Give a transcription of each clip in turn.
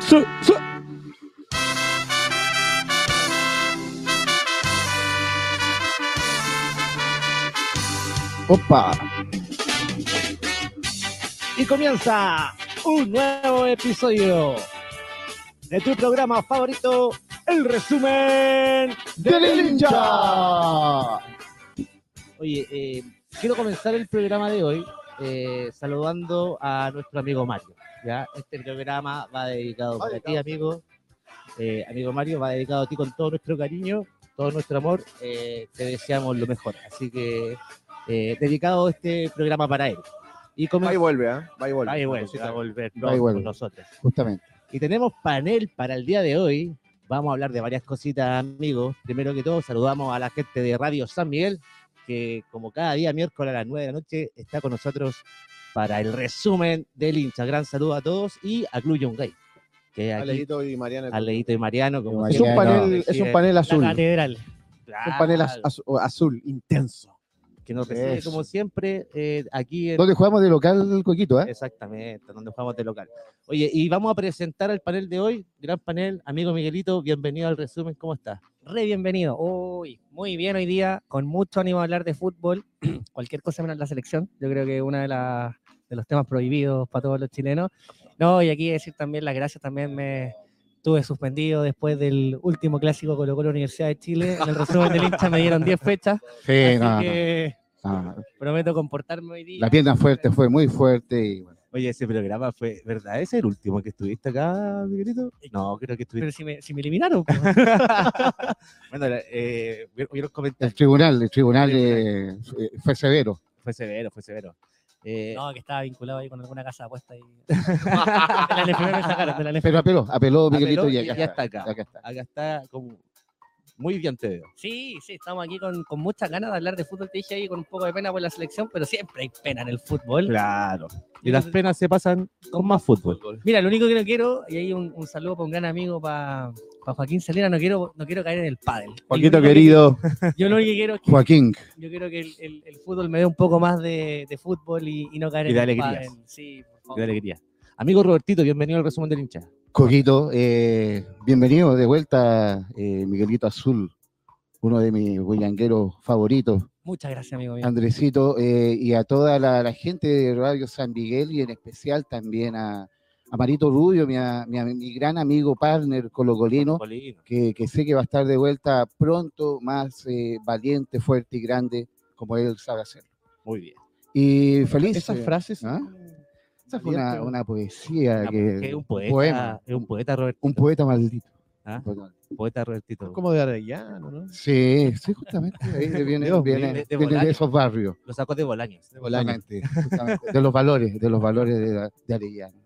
sí, sí. Opa. Y comienza un nuevo episodio de tu programa favorito, el resumen del hincha. Oye, eh, quiero comenzar el programa de hoy eh, saludando a nuestro amigo Mario. ¿ya? Este programa va dedicado para ti, amigo. Eh, amigo Mario, va dedicado a ti con todo nuestro cariño, todo nuestro amor. Eh, te deseamos lo mejor. Así que eh, dedicado este programa para él. Y Va y comenzamos. vuelve, ¿ah? Va y vuelve. Ahí vuelve, Cosita. va a volver Va y con vuelve. nosotros. Justamente. Y tenemos panel para el día de hoy. Vamos a hablar de varias cositas, amigos. Primero que todo, saludamos a la gente de Radio San Miguel, que como cada día miércoles a las 9 de la noche está con nosotros para el resumen del hincha. Gran saludo a todos y a Club Young Gay, que aquí Alejito y Mariana. a Leito y Mariano. Como Es Es un Mariana, panel, es un panel azul. La catedral. Un panel az- az- azul, intenso. que nos recibe Eso. como siempre eh, aquí en Donde jugamos de local Coquito, ¿eh? Exactamente, donde jugamos de local. Oye, y vamos a presentar al panel de hoy, gran panel, amigo Miguelito, bienvenido al resumen, ¿cómo estás? Re bienvenido. Uy, muy bien hoy día, con mucho ánimo a hablar de fútbol. Cualquier cosa menos la selección. Yo creo que uno de, las- de los temas prohibidos para todos los chilenos. No, y aquí decir también las gracias. También me tuve suspendido después del último clásico Colo Colo Universidad de Chile. En el resumen del hincha me dieron 10 fechas. Sí, así no, no, que no, no. prometo comportarme hoy día. La pierna fuerte fue muy fuerte y bueno. Oye, ese programa fue, ¿verdad? ¿Ese es el último que estuviste acá, Miguelito? No, creo que Pero estuviste. si me, si me eliminaron. pues. bueno, eh, hubieron comentarios, El tribunal, el tribunal eh, eh, fue severo. fue severo, fue severo. Eh, No, que estaba vinculado ahí con alguna casa de apuesta. ahí. De la NFP me sacaron, de la NFP. Pero apeló, apeló Miguelito Apeló y y acá ya está. está acá. acá está. Acá está como muy bien te veo. Sí, sí, estamos aquí con, con muchas ganas de hablar de fútbol. Te dije ahí con un poco de pena por la selección, pero siempre hay pena en el fútbol. Claro. Y las penas se pasan con más fútbol. Mira, lo único que no quiero, y ahí un, un saludo para un gran amigo, para Joaquín Salera, no quiero, no quiero caer en el pádel. Joaquito Yo lo único que- querido. Yo lo único que quiero es que, Joaquín, yo quiero que el, el- el fútbol me dé un poco más de, de fútbol y, y no caer Y en de el alegrías. pádel. Sí, por Qué favor. alegría. Amigo Robertito, bienvenido al resumen del hincha. Coquito, eh, bienvenido de vuelta, eh, Miguelito Azul, uno de mis huillangueros favoritos. Muchas gracias, amigo mío. Andresito, eh, y a toda la, la gente de Radio San Miguel y en especial también a, a Marito Rubio, mi, a- mi a- mi gran amigo partner colocolino, Colino. que, que sé que va a estar de vuelta pronto, más eh, valiente, fuerte y grande, como él sabe hacer. Muy bien. Y feliz. Esas eh, frases. ¿ah? Esa fue una, valiente. una poesía, Ah, que, porque es un poeta, poema. es un poeta, Robertito. un poeta maldito. ¿Ah? Perdón. poeta Robertito. Como de Arellano, ¿no? Sí, sí, justamente. ahí viene, Dios mío, viene- de- de viene de Bolaño. esos barrios. Lo sacó de Bolaños. Justamente, justamente, de los valores, de los valores de, la- de Arellano.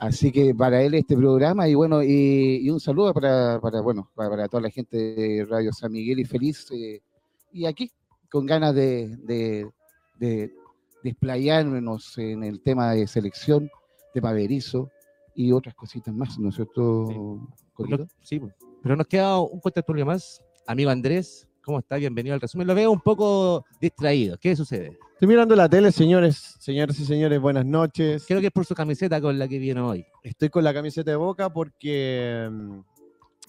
Así que para él este programa y bueno, y, y un saludo para, para, bueno, para, para toda la gente de Radio San Miguel y feliz eh, y aquí con ganas de, de, de desplayarnos en el tema de selección, de Paverizo y otras cositas más, ¿no es cierto? Coquito? No- sí, po. pero nos queda un contertulio más. Amigo Andrés, ¿cómo está? Bienvenido al resumen. Lo veo un poco distraído. ¿Qué sucede? Estoy mirando la tele, señores, señoras y señores, buenas noches. Creo que es por su camiseta con la que viene hoy. Estoy con la camiseta de Boca porque mm,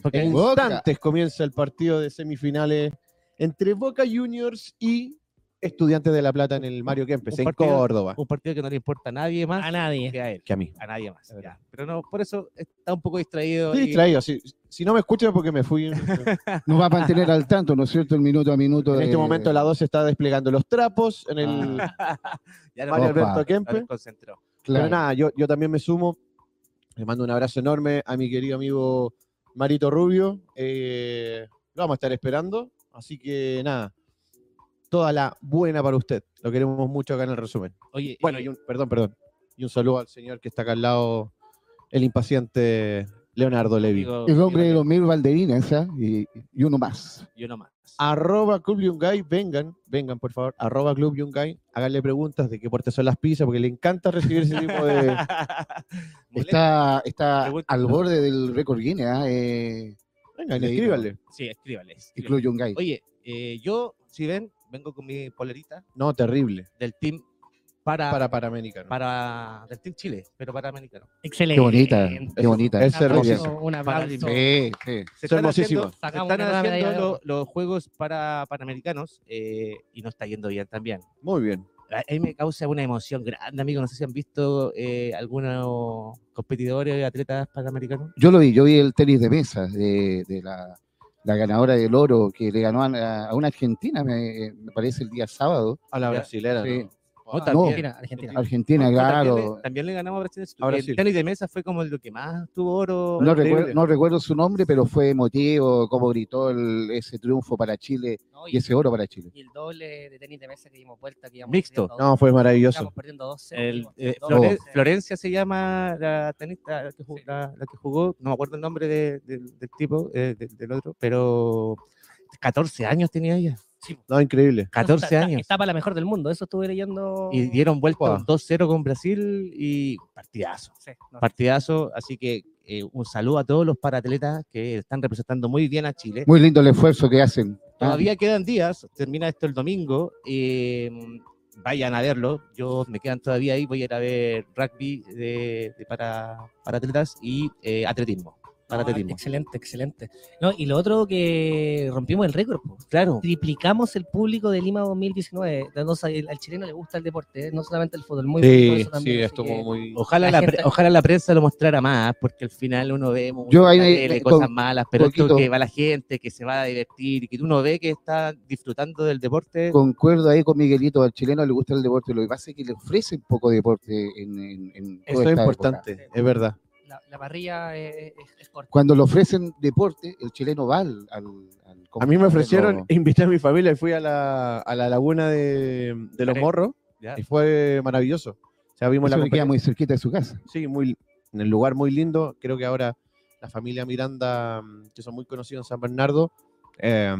Porque en Boca. instantes comienza el partido de semifinales entre Boca Juniors y Estudiantes de La Plata en el Mario Kempes, Un en partido- Córdoba. un partido que no le importa a nadie más A nadie. que a él, Que a mí. a nadie más. Es verdad. ya. Pero no, por eso está un poco distraído. Estoy y- distraído. Si, si no me escuchan es porque me fui. En Nos va a mantener al tanto, ¿no es cierto? El minuto a minuto. este de- Ah, momento la 2 está desplegando los trapos en el ya no, Mario Opa. Alberto no Kempes. le concentró. claro. Pero nada, yo, yo también me sumo. Le mando un abrazo enorme a mi querido amigo Marito Rubio. Eh, lo vamos a estar esperando. Así que nada, toda la buena para usted. Lo queremos mucho acá en el resumen. Oye, Bueno, eh, y un, perdón, perdón. Y un saludo al señor que está acá al lado, el impaciente Leonardo Levi. amigo- El hombre de amigo- los mil Valderines, ¿ah? y, y uno más. yo no más. Arroba Club Yungay, vengan, vengan por favor, arroba Club Yungay, háganle preguntas de qué puertas son las pizzas, porque le encanta recibir ese tipo de... Molesta. Está, está Pregunta, al ¿no? borde del récord Guinness, ¿ah? eh, Vengan, Leí, escríbanle. Sí, escríbale. y escríbale. Club Yungay. Oye, eh, yo, si ven, vengo con mi polerita No, terrible. del team para, para Panamericano. para del Team Chile, pero para americano. Excelente. Qué eh, bonita, qué bonita. Es Un aplauso, hermosa. Un aplauso. Sí, sí. Se Es están hermosísima. haciendo, se Sacamos están una nueva haciendo medalla de lo- oro. los juegos para panamericanos eh, y nos está yendo bien también. Muy bien. A a mí me causa una emoción grande, amigo. No sé si han visto eh, algunos competidores, atletas panamericanos. Yo lo vi, yo vi el tenis de mesa de, de la, la ganadora del oro que le ganó a, a una argentina, me, me parece, el día sábado. A la Ya, brasilera. sí. ¿no? Oh, no. Argentina, Argentina. Argentina, No, claro. También le, también le ganamos a Brasil. A Brasil. El tenis de mesa fue como lo que más tuvo oro. No Increíble. recuerdo, no recuerdo su nombre, pero fue emotivo, cómo gritó el- ese triunfo para Chile No, y ese oro para Chile. y el doble de tenis de mesa que dimos vuelta. Que íbamos Mixto. perdiendo No, fue maravilloso. Estamos perdiendo 12. El, eh, No. Flore- Sí. Florencia se llama la tenista la que, ju- Sí. la- la que jugó, no me acuerdo el nombre de- del- del tipo, eh, del- del otro, pero 14 años tenía ella, No, increíble. 14 está, años. Está para la mejor del mundo, eso estuve leyendo. Y dieron vuelta Guau. 2-0 con Brasil y partidazo, Sí, no, partidazo. Así que eh, un saludo a todos los paratletas que están representando muy bien a Chile. Muy lindo el esfuerzo que hacen. Ah, Todavía quedan días, termina esto el domingo. eh, vayan a verlo, yo me quedan todavía ahí, voy a ir a ver rugby de, de para, para atletas y eh, atletismo. Para Ah, no, atletismo. excelente, excelente. No, y lo otro que rompimos el récord, po. Claro, triplicamos el público de Lima 2019. Entonces, al, al chileno le gusta el deporte, ¿eh? no solamente el fútbol, muy bonito Sí, eso también, sí, así estuvo que- muy. ojalá La la, pre- gente- ojalá la prensa lo mostrara más, porque al final uno ve mucho Yo en ahí la me- tele me- cosas con- malas, pero esto poquito. que va la gente, que se va a divertir, que uno ve que está disfrutando del deporte. Concuerdo ahí con Miguelito, al chileno le gusta el deporte, lo que pasa es que le ofrecen poco deporte en, en- en Eso toda es esta época. importante, es verdad. La, la parrilla es, es- es corta. Cuando le ofrecen deporte, el chileno va al... al- al- A mí me ofrecieron, lo- invité a mi familia y fui a la, a la laguna de, de Los Are- Morros Ya. y fue maravilloso. O sea, vimos Eso la le queda competencia. muy cerquita de su casa. Sí, muy, en el lugar muy lindo. Creo que ahora la familia Miranda, mm, que son muy conocidos en San Bernardo, eh,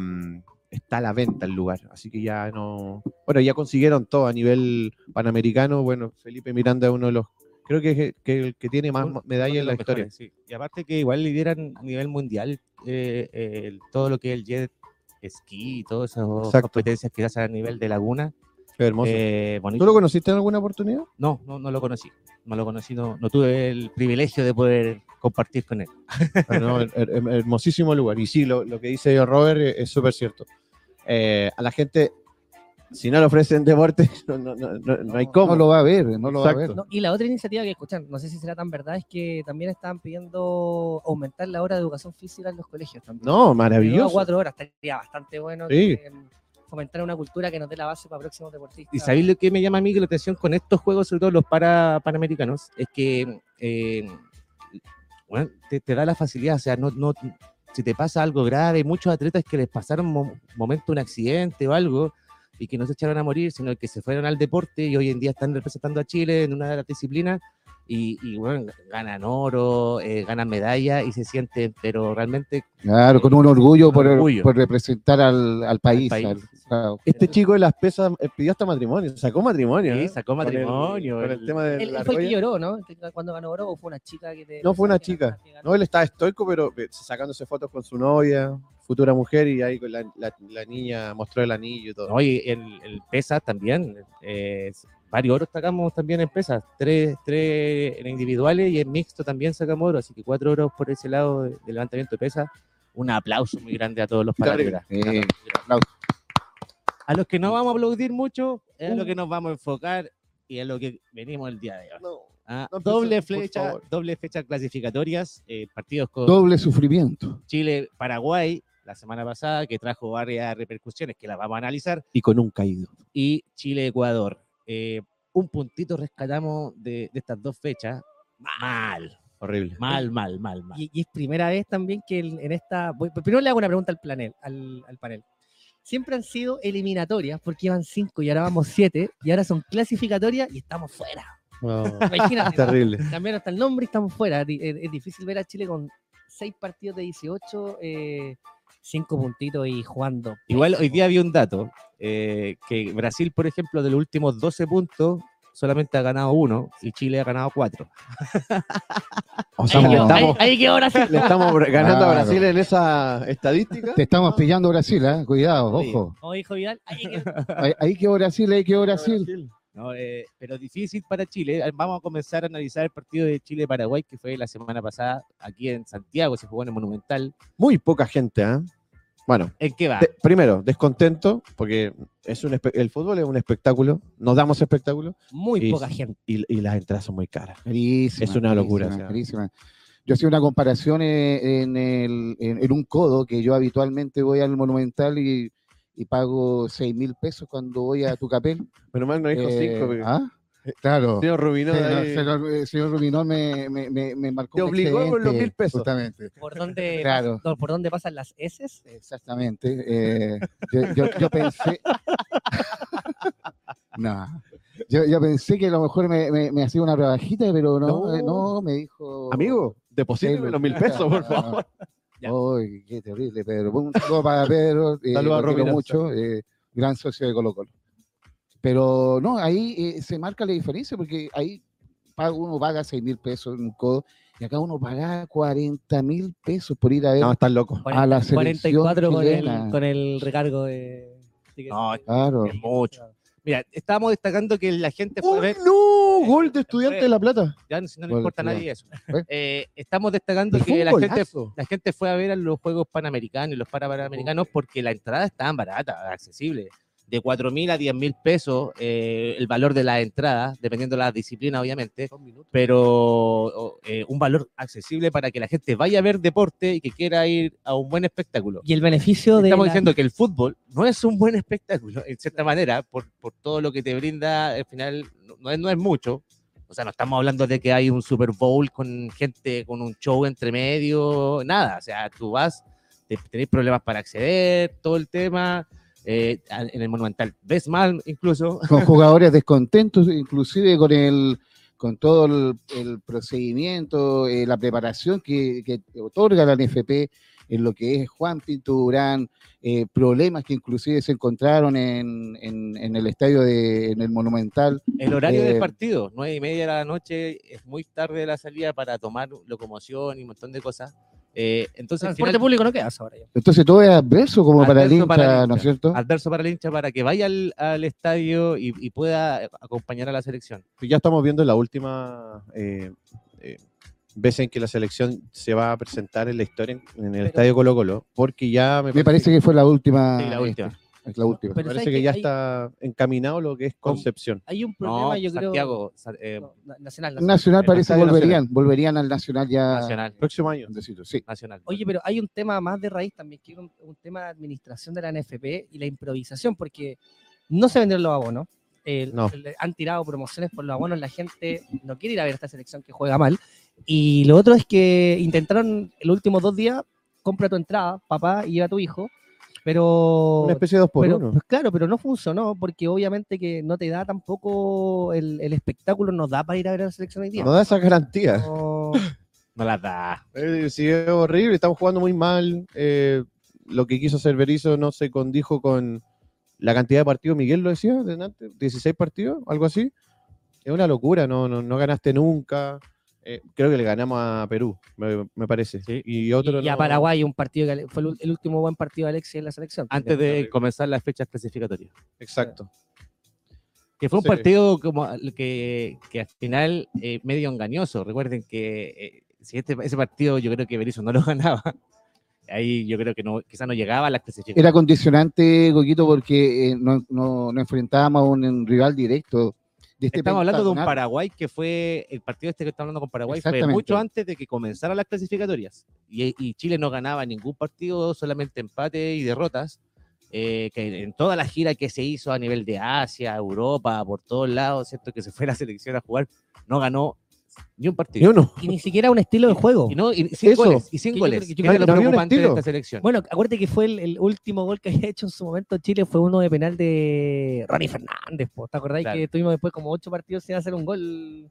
está a la venta el lugar. Así que ya no. Bueno, ya consiguieron todo a nivel panamericano. Bueno, Felipe Miranda es uno de los. Creo que es el que, el que tiene más Uno- ma- medallas uno de en la los historia. mejores, sí. Y aparte que igual lideran a nivel mundial eh, eh, el- todo lo que es el jet esquí y todas esas Exacto. competencias que hacen a nivel de laguna. Qué hermoso. Eh, bonito. ¿Tú lo conociste en alguna oportunidad? No, no, no lo conocí. No lo conocí, no, no tuve el privilegio de poder compartir con él. Ah, no, her- her- her- hermosísimo lugar. Y sí, lo, lo que dice Robert es es súper cierto. Eh, a la gente, si no le ofrecen deporte, no, no- no- no- no hay cómo. No lo va a ver, no lo va a Exacto. ver. No, y la otra iniciativa que escuchan, no sé si será tan verdad, es que también estaban pidiendo aumentar la hora de educación física en los colegios también. No, De dos a maravilloso. cuatro horas estaría bastante bueno Sí. que, em, fomentar una cultura que nos dé la base para próximos deportistas. ¿Y sabéis lo que me llama a mí la atención con estos juegos, sobre todo los para panamericanos? Es que eh, bueno, te, te da la facilidad, o sea, no, no, si te pasa algo grave, muchos atletas que les pasaron mo- momento un accidente o algo y que no se echaron a morir, sino que se fueron al deporte y hoy en día están representando a Chile en una de las disciplinas y, y, bueno, ganan oro, eh, ganan medallas y se sienten, pero realmente Claro, con un orgullo, Con por, orgullo. por representar al, al país. país. al- claro. Este chico de las pesas eh, pidió hasta matrimonio, sacó matrimonio. Sí, ¿eh? sacó Con el- matrimonio, Con el, el- tema de Él, la él fue el que argolla. lloró, ¿no? Cuando ganó oro, o fue una chica que te- No fue una que- chica. que ganó. No, él estaba estoico, pero eh, sacándose fotos con su novia, futura mujer, y ahí con la, la- la niña mostró el anillo y todo. No, y el, el pesas también. eh, varios oros sacamos también en pesas. Tres, tres en individuales y en mixto también sacamos oro. Así que cuatro oros por ese lado de- del levantamiento de pesas. Un aplauso muy grande a todos los Claro. paratletas. Eh, A los que no vamos a aplaudir mucho, es Uh. a lo que nos vamos a enfocar y a lo que venimos el día de hoy. No, Ah, no empecemos, doble, por flecha, favor. doble fecha clasificatorias, eh, partidos con doble sufrimiento. Chile-Paraguay la semana pasada, que trajo varias repercusiones que las vamos a analizar. Y con un caído. y Chile-Ecuador. Eh, un puntito rescatamos de, de estas dos fechas. Mal, Horrible. mal, mal, mal, mal. Y, y es primera vez también que el- en esta. voy- primero le hago una pregunta al, planel, al, al panel. Siempre han sido eliminatorias porque iban cinco y ahora vamos siete y ahora son clasificatorias y estamos fuera. No, Imagínate, terrible. cambiaron hasta el nombre y estamos fuera. Di- Es, es difícil ver a Chile con seis partidos de 18, eh, cinco puntitos y jugando. Igual hoy pésimo. día vi un dato, eh, que Brasil, por ejemplo, de los últimos 12 puntos, solamente ha ganado uno y Chile ha ganado cuatro. O sea, Ahí le quedó- estamos- ahí- ahí quedó Brasil. le estamos br- ganando a Claro. Brasil en esa estadística. Te estamos pillando Brasil, ¿eh? cuidado, Sí. ojo. Como dijo Vidal, ahí quedó- Ahí, ahí quedó Brasil, ahí quedó Brasil. ¿no? Eh, pero difícil para Chile. Vamos a comenzar a analizar el partido de Chile-Paraguay que fue la semana pasada aquí en Santiago, se jugó en el Monumental. Muy poca gente, ¿ah? Bueno, ¿En qué va? De- primero, descontento, porque es un espe- el fútbol es un espectáculo, nos damos espectáculo Muy Y- poca gente. y, y las entradas son muy caras. Carísima, Es una locura, carísima, o sea. carísima. Yo hacía una comparación eh, en, el- en- en un codo que yo habitualmente voy al Monumental y, y pago 6 mil pesos cuando voy a Tucapel. Menos mal no dijo Eh, cinco, porque eh, ¿ah? Claro. señor Rubino, Señor- dale. señor, eh, señor Ruminón me, me, me, me marcó. Te un obligó con los excedente, 1000 pesos. Justamente. ¿Por dónde, Claro. pas- no, ¿Por dónde pasan las S? Exactamente. eh, yo, yo- yo pensé. no. Yo, yo pensé que a lo mejor me, me- me hacía una rebajita, pero no, No. eh, no, me dijo. Amigo, deposíteme Pedro, los mil puta, pesos, por ah, favor. Ya. Uy, qué terrible, Pedro. Un saludo para Pedro. eh, Saludo a lo quiero Romina. mucho. eh, gran socio de Colo Colo. Pero no, ahí eh, se marca la diferencia porque ahí paga- uno paga 6 mil pesos en un codo y acá uno paga 40 mil pesos por ir a ver No, estás loco. a la selección 44 con chilena. el, con el recargo de. así que- No, es Claro. mucho. Mira, estábamos destacando que la gente fue a ver. ¡Oh, ¡No! Gol de Estudiante de de La Plata. Ya no, si no le Bueno, importa a perdón. nadie eso. ¿Eh? Eh, estamos destacando Pero fue que un la gente, golazo. la gente fue a ver a los Juegos Panamericanos y los Parapanamericanos porque la entrada estaban barata, accesible. De 4 mil a 10 mil pesos eh, el valor de la entrada, dependiendo de la disciplina, obviamente. Pero o, eh, un valor accesible para que la gente vaya a ver deporte y que quiera ir a un buen espectáculo. Y el beneficio de. Estamos la- Ah, diciendo que el fútbol no es un buen espectáculo, en cierta manera, por, por todo lo que te brinda, al final no- no es, no es mucho. O sea, no estamos hablando de que hay un Super Bowl con gente, con un show entre medio, nada. O sea, tú vas, te- tenés problemas para acceder, todo el tema. eh, a- en el Monumental ves mal incluso. con jugadores descontentos, inclusive con el con todo el, el procedimiento, eh, la preparación que, que otorga la NFP en lo que es Juan Pinto Durán, eh, problemas que inclusive se encontraron en, en- en el estadio de en el Monumental. El horario Eh, del partido, nueve y media de la noche, es muy tarde la salida para tomar locomoción y un montón de cosas. Eh, entonces, al Transporte final- público no quedas ahora. ya. Entonces todo es adverso como para el Adverso hincha, para el ¿no es hincha. cierto? adverso para el hincha para que vaya al, al estadio y, y pueda eh, acompañar a la selección. Ya estamos viendo la última eh, eh, vez en que la selección se va a presentar en la historia en, en el estadio Colo Colo, porque ya me, Me parece que fue la última. Sí, la última. esta, es la última. me Pero parece ¿sabes que qué? ya Hay- está encaminado lo que es Con- Concepción. Hay un problema, No, yo creo. Santiago, Sa- eh, no, na- nacional, nacional. Nacional el parece que Estadio volverían, volverían al Nacional ya. nacional, Próximo año. Sí. nacional. Oye, pero hay un tema más de raíz también, que es un, un tema de administración de la NFP y la improvisación, porque no se vendieron los abonos. el- No. el- han tirado promociones por los abonos, la gente no quiere ir a ver esta selección que juega mal. Y lo otro es que intentaron el último dos días, compra tu entrada, papá, y lleva a tu hijo, pero... Una especie de dos por pero- uno. pues claro, pero no funcionó, porque obviamente que no te da tampoco el, el espectáculo, no da para ir a ver a la selección hoy día. No da esa garantía. No- no las da. Eh, sí, es horrible, estamos jugando muy mal. eh, lo que quiso hacer Berizzo no se condijo con la cantidad de partidos, Miguel lo decía, delante, 16 partidos, algo así. Es una locura, no, no, no ganaste nunca. Eh, creo que le ganamos a Perú, me, me parece. Sí. Y otro y a no- Paraguay, un partido que ale- fue el ul- el último buen partido de Alexis en la selección. Antes de comenzar las fechas clasificatorias. Exacto. Que fue un Sí. partido como al que, que al final eh, medio engañoso. Recuerden que eh, si este, ese partido yo creo que Berizzo no lo ganaba, ahí yo creo que no, quizá no llegaba a las clasificatorias. Era condicionante, Coquito, porque eh, no, no, no enfrentábamos a un, un rival directo. De este Estamos hablando de un pentagonal. Paraguay que fue, el partido este que estamos hablando con Paraguay fue Exactamente. mucho antes de que comenzaran las clasificatorias. Y, y Chile no ganaba ningún partido, solamente empate y derrotas. eh, que en toda la gira que se hizo a nivel de Asia, Europa, por todos lados, ¿cierto? Que se fue la selección a jugar, no ganó ni un Ni partido. uno. Y ni siquiera un estilo de juego. Y, no, y sin Eso. goles. Y sin Que yo goles. creo que- yo que creo era que lo no había un preocupante de estilo. esta selección. Bueno, acuérdate que fue el, el último gol que había hecho en su momento Chile, fue uno de penal de Ronnie Fernández. po. ¿Te acordáis Claro. que tuvimos después como ocho partidos sin hacer un gol?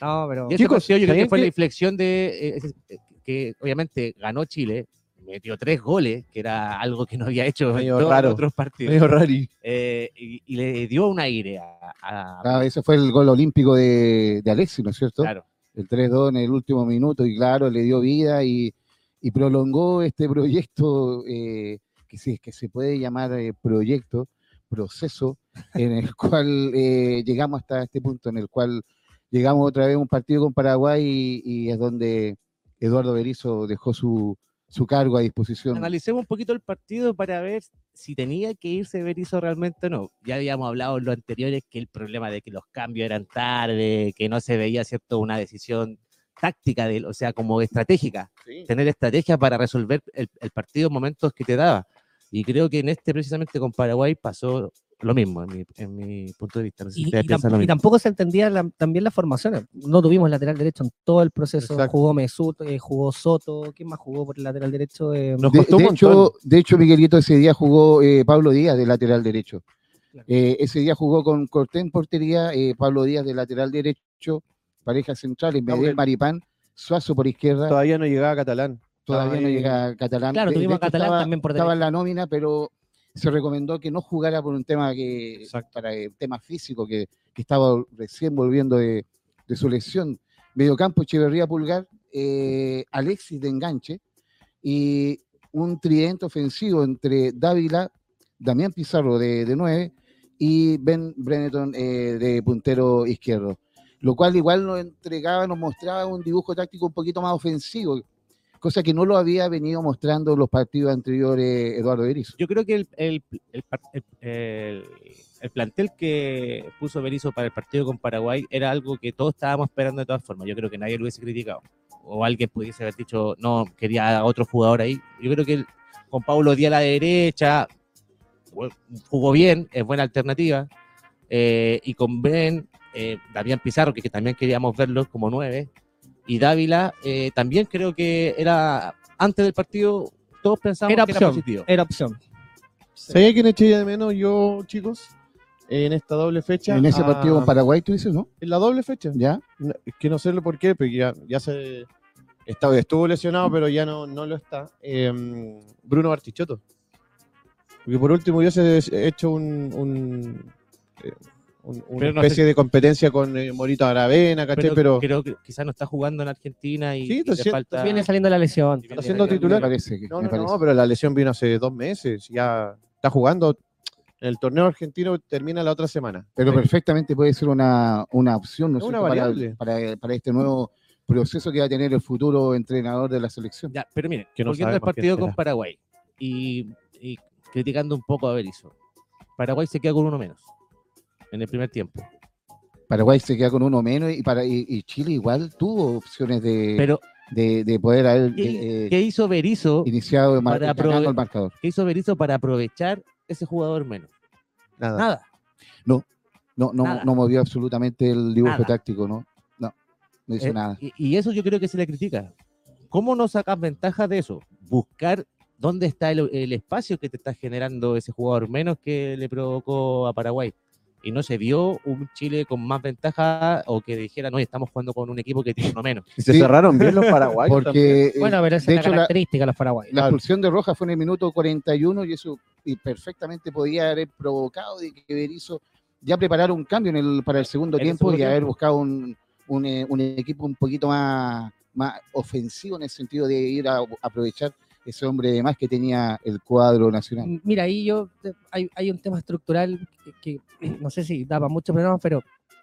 No, pero. Y ese Chicos, partido yo creo que ¿sabían fue la que- inflexión de eh, ese- eh, que obviamente ganó Chile, metió tres goles, que era algo que no había hecho en Medio todos los raro, otros partidos, Medio rari. Eh, y, y le dio un aire a, a- Ah, ese fue el gol olímpico de, de Alexis, ¿no es cierto? claro. El 3-2 en el último minuto, y claro, le dio vida y, y prolongó este proyecto eh, que, se, que se puede llamar eh, proyecto, proceso, en el cual eh, llegamos hasta este punto, en el cual llegamos otra vez a un partido con Paraguay y, y es donde Eduardo Berizzo dejó su, su cargo a disposición. Analicemos un poquito el partido para ver si tenía que irse Berizzo realmente o no. Ya habíamos hablado en los anteriores que el problema de que los cambios eran tarde, que no se veía cierto una decisión táctica de él, o sea, como estratégica, tener estrategia para resolver el, el partido en momentos que te daba. Y creo que en este precisamente con Paraguay pasó lo mismo, en mi, en mi punto de vista. No sé si Y, ustedes y piensan tam- lo y mismo. tampoco se entendía la- también las formaciones. No tuvimos lateral derecho en todo el proceso. Exacto. Jugó Mesut, eh, jugó Soto. ¿Quién más jugó por el lateral derecho? Eh, Nos De, costó de un montón. hecho, de hecho, Miguelito ese día jugó eh, Pablo Díaz de lateral derecho. Claro. Eh, ese día jugó con Cortés en portería, eh, Pablo Díaz de lateral derecho, pareja central, en Gabriel. Maripán, Suazo por izquierda, todavía, Todavía no llegaba Catalán. no ahí- llega Catalán. Claro, De- de tuvimos a hecho, Catalán estaba- también por Estaba derecha. en la nómina, pero se recomendó que no jugara por un tema que Exacto. para el tema físico, que, que estaba recién volviendo de, de su lesión. Mediocampo, Echeverría Pulgar, eh, Alexis de enganche y un tridente ofensivo entre Dávila, Damián Pizarro de, de 9 y Ben Brenneton eh, de puntero izquierdo. Lo cual igual nos entregaba, nos mostraba un dibujo táctico un poquito más ofensivo, cosa que no lo había venido mostrando los partidos anteriores Eduardo Berizzo. Yo creo que el, el- el par- el- el- el plantel que puso Berizzo para el partido con Paraguay era algo que todos estábamos esperando de todas formas. Yo creo que nadie lo hubiese criticado. O alguien pudiese haber dicho, no, quería a otro jugador ahí. Yo creo que el- con Paulo Díaz a la derecha bueno, jugó bien, es buena alternativa. Eh, y con Ben, eh, Damián Pizarro, que, que también queríamos verlo como nueve, y Dávila, eh, también creo que era, antes del partido, todos pensábamos Era que opción. era positivo. Era opción. ¿Sabía quién eché de menos yo, chicos? En esta doble fecha. En ese Ah, partido con Paraguay, tú dices, ¿no? En la doble fecha. ¿Ya? No, es que no sé lo por qué, pero ya, ya se está, estuvo lesionado, pero ya no, no lo está. Em, Bruno Bartichotto. Porque por último hubiese hecho un, un, eh, un- una Pero no especie de competencia con eh, Morito Aravena, ¿cachai? Pero, creo que quizás no está jugando en Argentina y, Sí, y está le siendo- falta. Viene saliendo de la lesión. Está siendo Me titular. parece que- no, me no, no, parece. pero la lesión vino hace dos meses. Ya está jugando. El torneo argentino termina la otra semana. Pero Sí. perfectamente puede ser una, una opción, ¿no es Es una cierto? Para- variable. Para, para este nuevo proceso que va a tener el futuro entrenador de la selección. Ya, pero mire, Que no volviendo al sabemos qué partido con será. Paraguay y, y criticando un poco a Berizzo. Paraguay se queda con uno menos en el primer tiempo. Paraguay se queda con uno menos y, para, y, y Chile igual tuvo opciones de, Pero, de, de poder haber ¿qué, eh, qué hizo Berizzo? iniciado el mar- para ganando aprove- el marcador. ¿Qué hizo Berizzo para aprovechar ese jugador menos? Nada. Nada. No, no, Nada. no movió absolutamente el dibujo Nada. táctico, ¿no? No, no hizo Eh, nada. Y, y eso yo creo que se le critica. ¿Cómo no sacas ventaja de eso? Buscar dónde está el, el espacio que te está generando ese jugador menos que le provocó a Paraguay. Y no se vio un Chile con más ventaja o que dijera, no, estamos jugando con un equipo que tiene uno menos. Se Sí. cerraron bien los paraguayos. también. Porque eh, Bueno, pero esa de es hecho la la, característica de los paraguayos. La expulsión de Rojas fue en el minuto 41 y eso y perfectamente podía haber provocado de que Berizzo ya preparara un cambio en el, para el segundo En el tiempo segundo y haber tiempo. buscado un, un, eh, un equipo un poquito más, más ofensivo en el sentido de ir a aprovechar ese hombre de más que tenía el cuadro nacional. M- Mm, Mira, ahí yo te- hay, hay un tema estructural que, que eh, no sé si da para muchos problemas, pero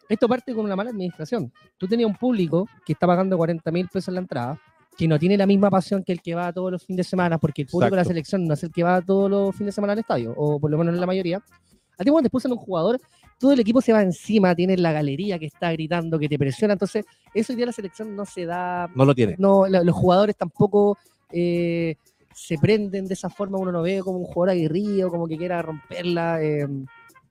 esto parte con una mala administración. Tú tenías un público que está pagando 40 mil pesos en la entrada, que no tiene la misma pasión que el que va todos los fines de semana, porque el público de la Exacto. selección no es el que va todos los fines de semana al estadio, o por lo menos en la mayoría. Al tiempo que te expulsan a un jugador, todo el equipo se va encima, tienes la galería que está gritando, que te presiona. Entonces, eso hoy día la selección no se da No lo tiene. no, la- los jugadores tampoco eh, se prenden de esa forma, uno no ve como un jugador aguerrido, como que quiera romperla. eh,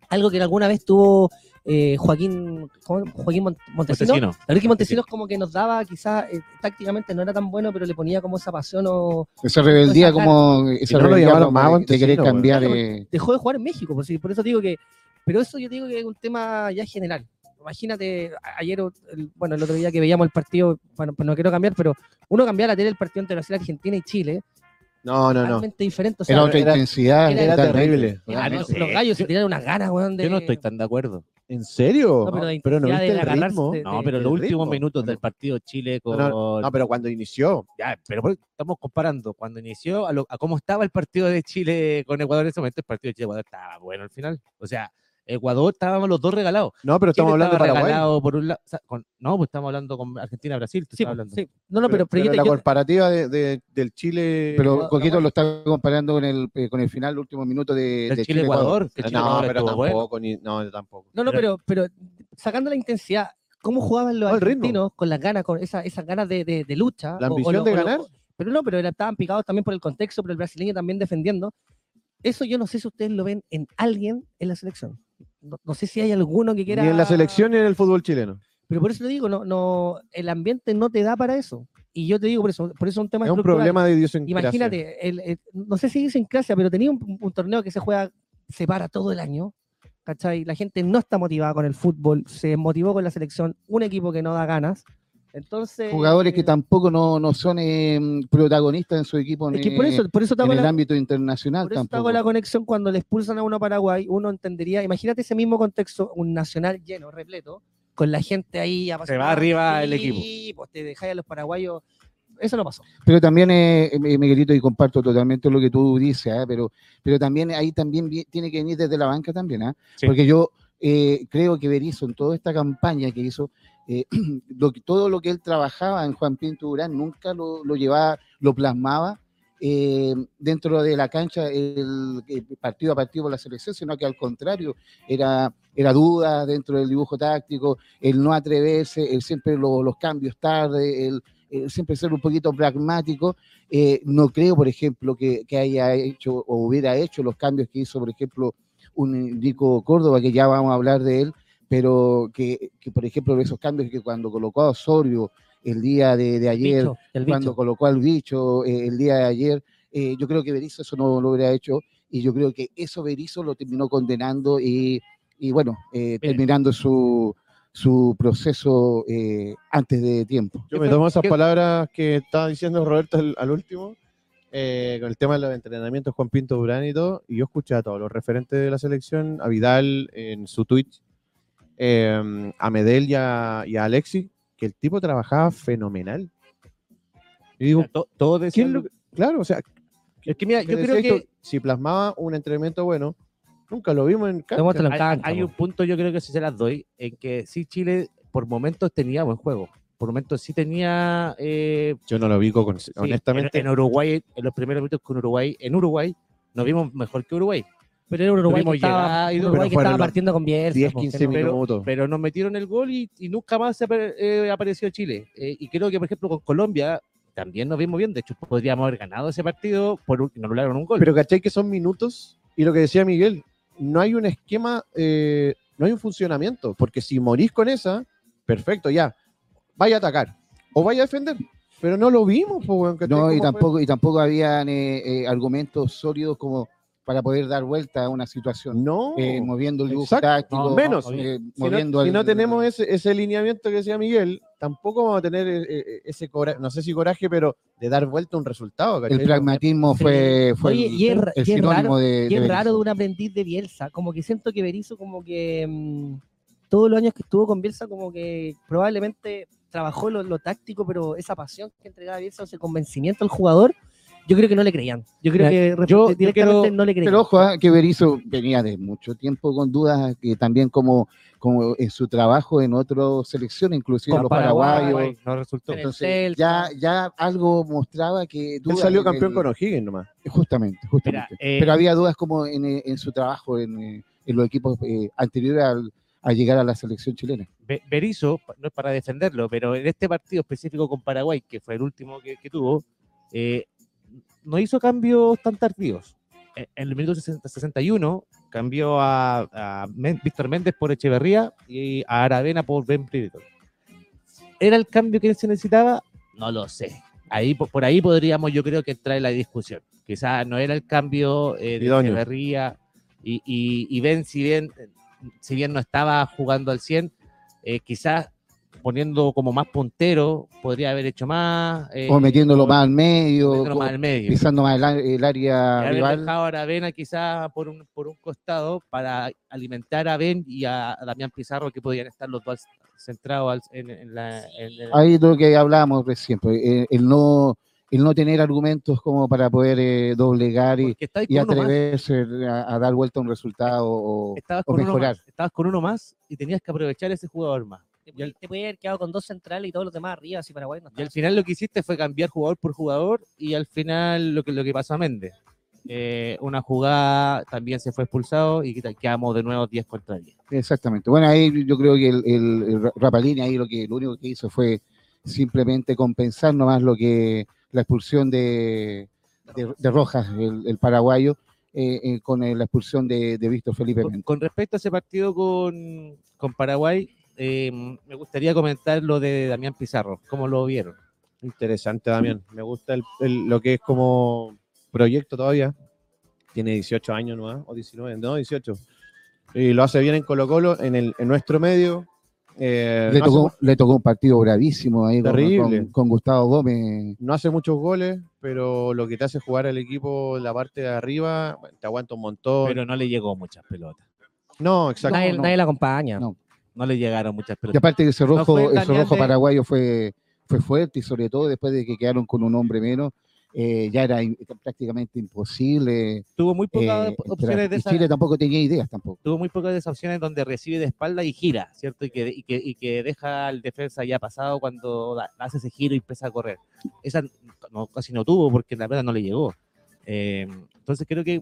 algo que alguna vez tuvo eh, Joaquín, ¿cómo? Joaquín Mont- Montesino. Montesino. La verdad es que Montesinos como que nos daba, quizás eh, tácticamente no era tan bueno, pero le ponía como esa pasión o Esa rebeldía como Y esa no lo rebeldía llamaron como más de- de Montesino, querer bueno. cambiar Claro, eh, dejó de jugar en México, por, si- por eso digo que, pero eso yo digo que es un tema ya general. Imagínate, a- ayer, o- el- bueno, el otro día que veíamos el partido, bueno, pues no quiero cambiar, pero uno cambiaba la tele del partido entre Brasil, Argentina y Chile, No, no, no. totalmente diferente. O sea, era otra era- intensidad. era Era totalmente. terrible. Ah, no, no sé. Los gallos se tienen unas ganas, weón. De... Yo no estoy tan de acuerdo. ¿En serio? No, pero la no intensidad viste de el agarrarse ritmo. de- No, pero el los últimos ritmo. minutos Bueno. del partido Chile No, con... No, pero cuando inició. Ya, pero por- estamos comparando cuando inició a, lo- a cómo estaba el partido de Chile con Ecuador en ese momento, el partido de Chile-Ecuador estaba bueno al final. O sea, Ecuador estábamos los dos regalados. No, pero Chile estamos hablando de estaba Paraguay. regalado por un lado. o sea, con- no, pues estamos hablando con Argentina, Brasil, tú Sí, estás pues, hablando. sí. No, no, pero, pero yo te- la yo- comparativa de- de- del Chile. Pero Coquito lo está comparando con el, eh, con el final, el último minuto de, El de Chile-Ecuador. que no, Chile-Ecuador pero estuvo tampoco. bueno. ni- no, tampoco. No, no, pero, pero sacando la intensidad, ¿cómo jugaban los No, el ritmo. argentinos con las ganas, con esa- esas ganas de, de- de lucha? La o- o ambición lo- de o lo- ganar. pero no, pero era- estaban picados también por el contexto, pero el brasileño también defendiendo. Eso yo no sé si ustedes lo ven en alguien en la selección. No, no sé si hay alguno que quiera. Ni en la selección ni en el fútbol chileno. Pero por eso te digo, no, no, el ambiente no te da para eso. Y yo te digo por eso, por eso es un tema Es un estructural. problema de idiosincrasia. Imagínate, el- el- no sé si dicen clase, pero tenía un, un torneo que se juega, se para todo el año. ¿Cachai? La gente no está motivada con el fútbol, se motivó con la selección, un equipo que no da ganas. Entonces. Jugadores que eh, tampoco no, no son eh, protagonistas en su equipo en, Es que por eso, por eso te en hago el la- ámbito internacional Por eso te hago tampoco. la conexión cuando le expulsan a uno a Paraguay, uno entendería, imagínate ese mismo contexto, un nacional lleno, repleto, con la gente ahí Se va arriba el equipo. Sí, pues te dejáis a los paraguayos. Eso no pasó. Pero también, eh, eh, Miguelito, y comparto totalmente lo que tú dices, ah, pero, pero también ahí también vi- tiene que venir desde la banca también, ah, Sí. porque yo eh, creo que Berizzo en toda esta campaña que hizo, eh, lo que- todo lo que él trabajaba en Juan Pinto Durán nunca lo, lo llevaba, lo plasmaba eh, dentro de la cancha el, eh, partido a partido por la selección, sino que al contrario, era, era duda dentro del dibujo táctico, el no atreverse, el siempre lo- los cambios tarde, el, el siempre ser un poquito pragmático. Eh, no creo, por ejemplo, que, que haya hecho o hubiera hecho los cambios que hizo, por ejemplo, un Nico Córdoba, que ya vamos a hablar de él, pero que, que, por ejemplo, esos cambios que cuando colocó a Osorio el día de, de ayer, Bicho, el bicho. cuando colocó al bicho eh, el día de ayer. eh, yo creo que Berizzo eso no lo hubiera hecho y yo creo que eso Berizzo lo terminó condenando y, y bueno, eh, terminando su, su proceso eh, antes de tiempo. Yo me tomo esas palabras que estaba diciendo Roberto al, al último, eh, con el tema de los entrenamientos Juan Pinto Durán y todo, y yo escuché a todos los referentes de la selección, a Vidal en su Twitch, eh, a Medel y a, y a Alexis, que el tipo trabajaba fenomenal. Y digo, To- Todo ¿qué decía. es lo que- claro, o sea, Es que mira, yo me creo decía que esto, si plasmaba un entrenamiento bueno, nunca lo vimos en cancha. Demuéstralo en hay, cancha, hay po. un punto, yo creo que sí se las doy, en que sí Chile por momentos tenía buen juego. Por momentos sí tenía eh, Yo no lo vi, con, Sí, honestamente. En, en Uruguay, en los primeros minutos con Uruguay, en Uruguay, nos vimos mejor que Uruguay. Pero era un Uruguay que Tuvimos estaba, llegada y un todo, Uruguay pero que fueron estaba los partiendo con Bielsa. 10, po, que 15 no- minutos. Pero nos metieron el gol y, y nunca más se apare- eh, apareció Chile. Eh, y creo que, por ejemplo, con Colombia también nos vimos bien. De hecho, podríamos haber ganado ese partido, por un- nos anularon un gol. Pero caché que son minutos y lo que decía Miguel, no hay un esquema, eh, no hay un funcionamiento, porque si morís con esa, perfecto, ya, vaya a atacar o vaya a defender, pero no lo vimos, po, weón, ¿cachai? No, y ¿Cómo fue? tampoco, y tampoco habían eh, eh, argumentos sólidos como para poder dar vuelta a una situación, No, eh, moviendo el dibujo exacto. táctico, No, menos. eh, si no, moviendo si el- no tenemos ese, ese lineamiento que decía Miguel, tampoco vamos a tener eh, eh, ese coraje, no sé si coraje, pero de dar vuelta un resultado. ¿cachai? el pragmatismo eh, Sí. fue, fue Oye, el, y es ra- el y es sinónimo raro- de, de Y es raro Berizzo. de un aprendiz de Bielsa, como que siento que Berizzo como que mm, todos los años que estuvo con Bielsa como que probablemente trabajó lo, lo táctico, pero esa pasión que entregaba Bielsa, ese convencimiento al jugador, yo creo que no le creían. Yo creo Mira, que re- yo- yo directamente quiero- no le creían. Pero ojo, ah, que Berizzo venía de mucho tiempo con dudas, ah, que también como, como en su trabajo en otras selecciones, inclusive Con los Paraguay, Eh, paraguayos. no resultó. En el Entonces, ya, Celta. ya algo mostraba que Él dudas salió en campeón el- con O'Higgins nomás. Justamente, Mira, justamente. eh, Pero había dudas como en, eh, en su trabajo en, eh, en los equipos eh, anteriores al, a llegar a la selección chilena. Be- Berizzo, pa- no es para defenderlo, pero en este partido específico con Paraguay, que fue el último que, que tuvo, eh, no hizo cambios tan tardíos. E- En el minuto 60 61 cambió a, a Men- Víctor Méndez por Echeverría y a Aravena por Ben Privetón. ¿Era el cambio que se necesitaba? No lo sé. Ahí, po- por ahí podríamos, yo creo que trae la discusión. Quizás no era el cambio eh, de Idóneo. Echeverría y, y, y Ben, si bien, si bien no estaba jugando al 100, eh, quizás poniendo como más puntero, podría haber hecho más. eh, o metiéndolo o más al medio, metiéndolo o más al medio. pisando más el, a- el Y área haber rival. dejado a Aravena quizás por un, por un costado para alimentar a Ben y a Damián Pizarro, que podían estar los dos centrados al- en, en la. en- en- Ahí es lo que hablábamos recién, pues, eh, el no el no tener argumentos como para poder eh, doblegar y, Porque estabas y con uno más, atreverse eh, a, a dar vuelta a un resultado o, estabas o con uno mejorar. más, estabas con uno más y tenías que aprovechar ese jugador más. Te, podía- te podía haber quedado con dos centrales y todos los demás arriba, si Paraguay Y no al estaba. final lo que hiciste fue cambiar jugador por jugador y al final lo que, lo que pasó a Méndez. Eh, una jugada también se fue expulsado y quita- quedamos de nuevo 10 contra 10. Exactamente. Bueno, ahí yo creo que el, el- el Ra- Rapalini ahí lo que lo único que hizo fue simplemente compensar nomás lo que la expulsión de, de, de Rojas, el, el paraguayo, eh, eh, con eh, la expulsión de, de Víctor Felipe Con, Méndez. con respecto a ese partido con, con Paraguay, eh, me gustaría comentar lo de Damián Pizarro, cómo lo vieron. Interesante, Damián. Me gusta el- el- lo que es como proyecto todavía. Tiene 18 años nomás, o 19, no, 18. Y lo hace bien en Colo Colo, en, el, en nuestro medio. Eh, Le no, hace, tocó, le tocó un partido bravísimo ahí con, Terrible. con- con Gustavo Gómez. mu- no hace muchos goles, pero lo que te hace jugar al equipo la parte de arriba, te aguanta un montón. Pero no le llegó muchas pelotas. no, exacto. nadie, no. nadie la acompaña. No. No le llegaron muchas Y pelotas. aparte que ese Pues, No rojo, fue el ese Daniel rojo de- paraguayo fue, fue fuerte y sobre todo después de que quedaron con un hombre menos, eh, ya era in- prácticamente imposible. Tuvo muy pocas eh, op- entrar. opciones de y esa- Chile tampoco tenía ideas tampoco. Tuvo muy pocas de esas opciones donde recibe de espalda y gira, ¿cierto? Y que, y que, y que deja al defensa ya pasado cuando da- hace ese giro y empieza a correr. Esa no- casi no tuvo porque la verdad no le llegó. Eh, entonces creo que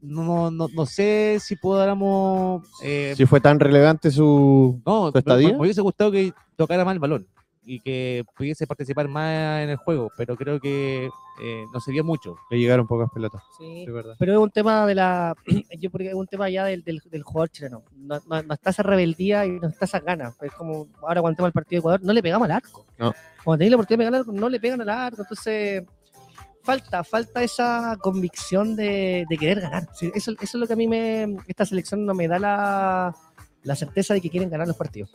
no, no, no sé si podamos... eh, Si fue tan relevante su. No, ¿Tu me- estadía? Me, me hubiese gustado que tocara más el balón y que pudiese participar más en el juego, pero creo que eh, no se vio mucho. Le llegaron pocas pelotas. Sí. Es verdad. Pero es un tema de la. Yo porque es un tema ya del, del, del jugador chileno. No, no- no está esa rebeldía y no está esas ganas. Es como ahora cuando tenemos el partido de Ecuador, no le pegamos al arco. No. Cuando tenéis la oportunidad de pegar al arco, no le pegan al arco. Entonces, falta, falta esa convicción de, de querer ganar. Sí, eso, eso es lo que a mí me. Esta selección no me da la, la certeza de que quieren ganar los partidos.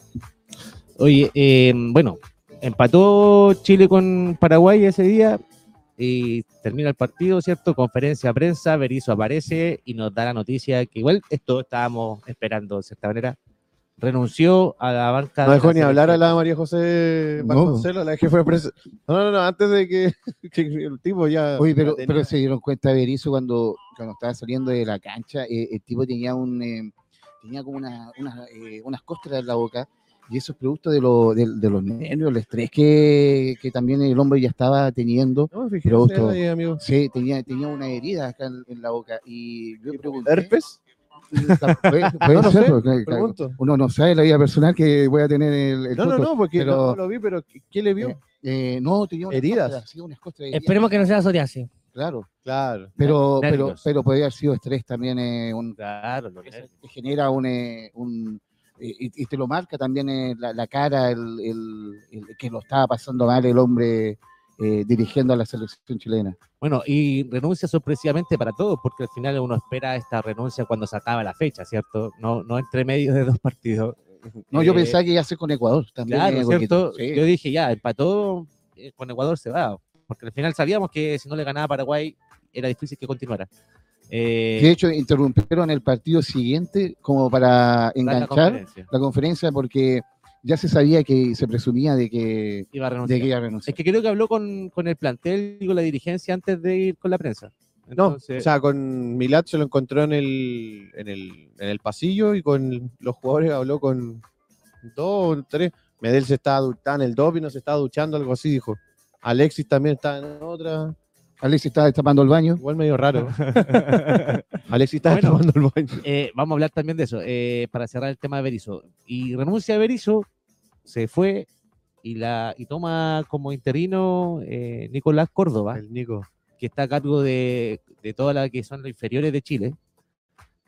Oye, eh, bueno, empató Chile con Paraguay ese día y termina el partido, ¿cierto? Conferencia de prensa, Berizzo aparece y nos da la noticia que igual esto estábamos esperando de cierta manera. Renunció a la banca. No de dejó la ni hablar a selección. la María José No. Vasconcelos, la jefa de prensa. No, no, no, antes de que, que el tipo ya. Oye, pero, ya tenía- pero se dieron cuenta Berizzo cuando, cuando estaba saliendo de la cancha, eh, el tipo tenía un eh, tenía como una, una, eh, unas costras en la boca y eso es producto de, lo, de, de los nervios, el estrés que, que también el hombre ya estaba teniendo. No me fijé, Pero no sé, gusto. ahí, amigo. Sí, tenía, tenía una herida acá en, en la boca y yo pregunté... ¿Herpes? La- puede- puede No lo ser, sé, porque, claro, Pregunto. uno no sabe la vida personal que voy a tener el, el No, no, futuro. no, porque pero- no, no lo vi, pero ¿qué, qué le vio? Eh, no, tenía unas Heridas. costras, sí, unas costras de heridas, Esperemos que no sea psoriasis. Claro, Claro. pero, pero, Nervios. pero podría haber sido estrés también, eh, un, Claro, lo que- te genera un, eh, un- y, y te lo marca también eh, la, la cara el, el- el que lo estaba pasando mal el hombre eh, dirigiendo a la selección chilena. Bueno, y renuncia sorpresivamente para todos, porque al final uno espera esta renuncia cuando se acaba la fecha, ¿cierto? No, no entre medio de dos partidos. No, yo Eh, pensaba que iba a ser con Ecuador también. Claro, eh, porque- ¿cierto? sí. Yo dije, ya, empató, eh, con Ecuador se va, porque al final sabíamos que si no le ganaba a Paraguay era difícil que continuara. Eh, de hecho, interrumpieron el partido siguiente como para dar la enganchar conferencia. la conferencia porque ya se sabía que se presumía de que, Iba a renunciar. de que iba a renunciar. Es que creo que habló con, con el plantel y con la dirigencia antes de ir con la prensa. No, o Entonces, sea, con Milat se lo encontró en el, en el, en el pasillo y con los jugadores habló con dos o tres. Medel se estaba duchando, el Dopino se estaba duchando, algo así, dijo. Alexis también estaba en otra. Alexis estaba destapando el baño. Igual medio raro. Alexis estaba Bueno. tomando el baño. eh, vamos a hablar también de eso, eh, para cerrar el tema de Berizzo. Y renuncia a Berizzo, se fue y, la, y toma como interino eh, Nicolás Córdoba. El Nico. que está a cargo de, de todas las que son los inferiores de Chile,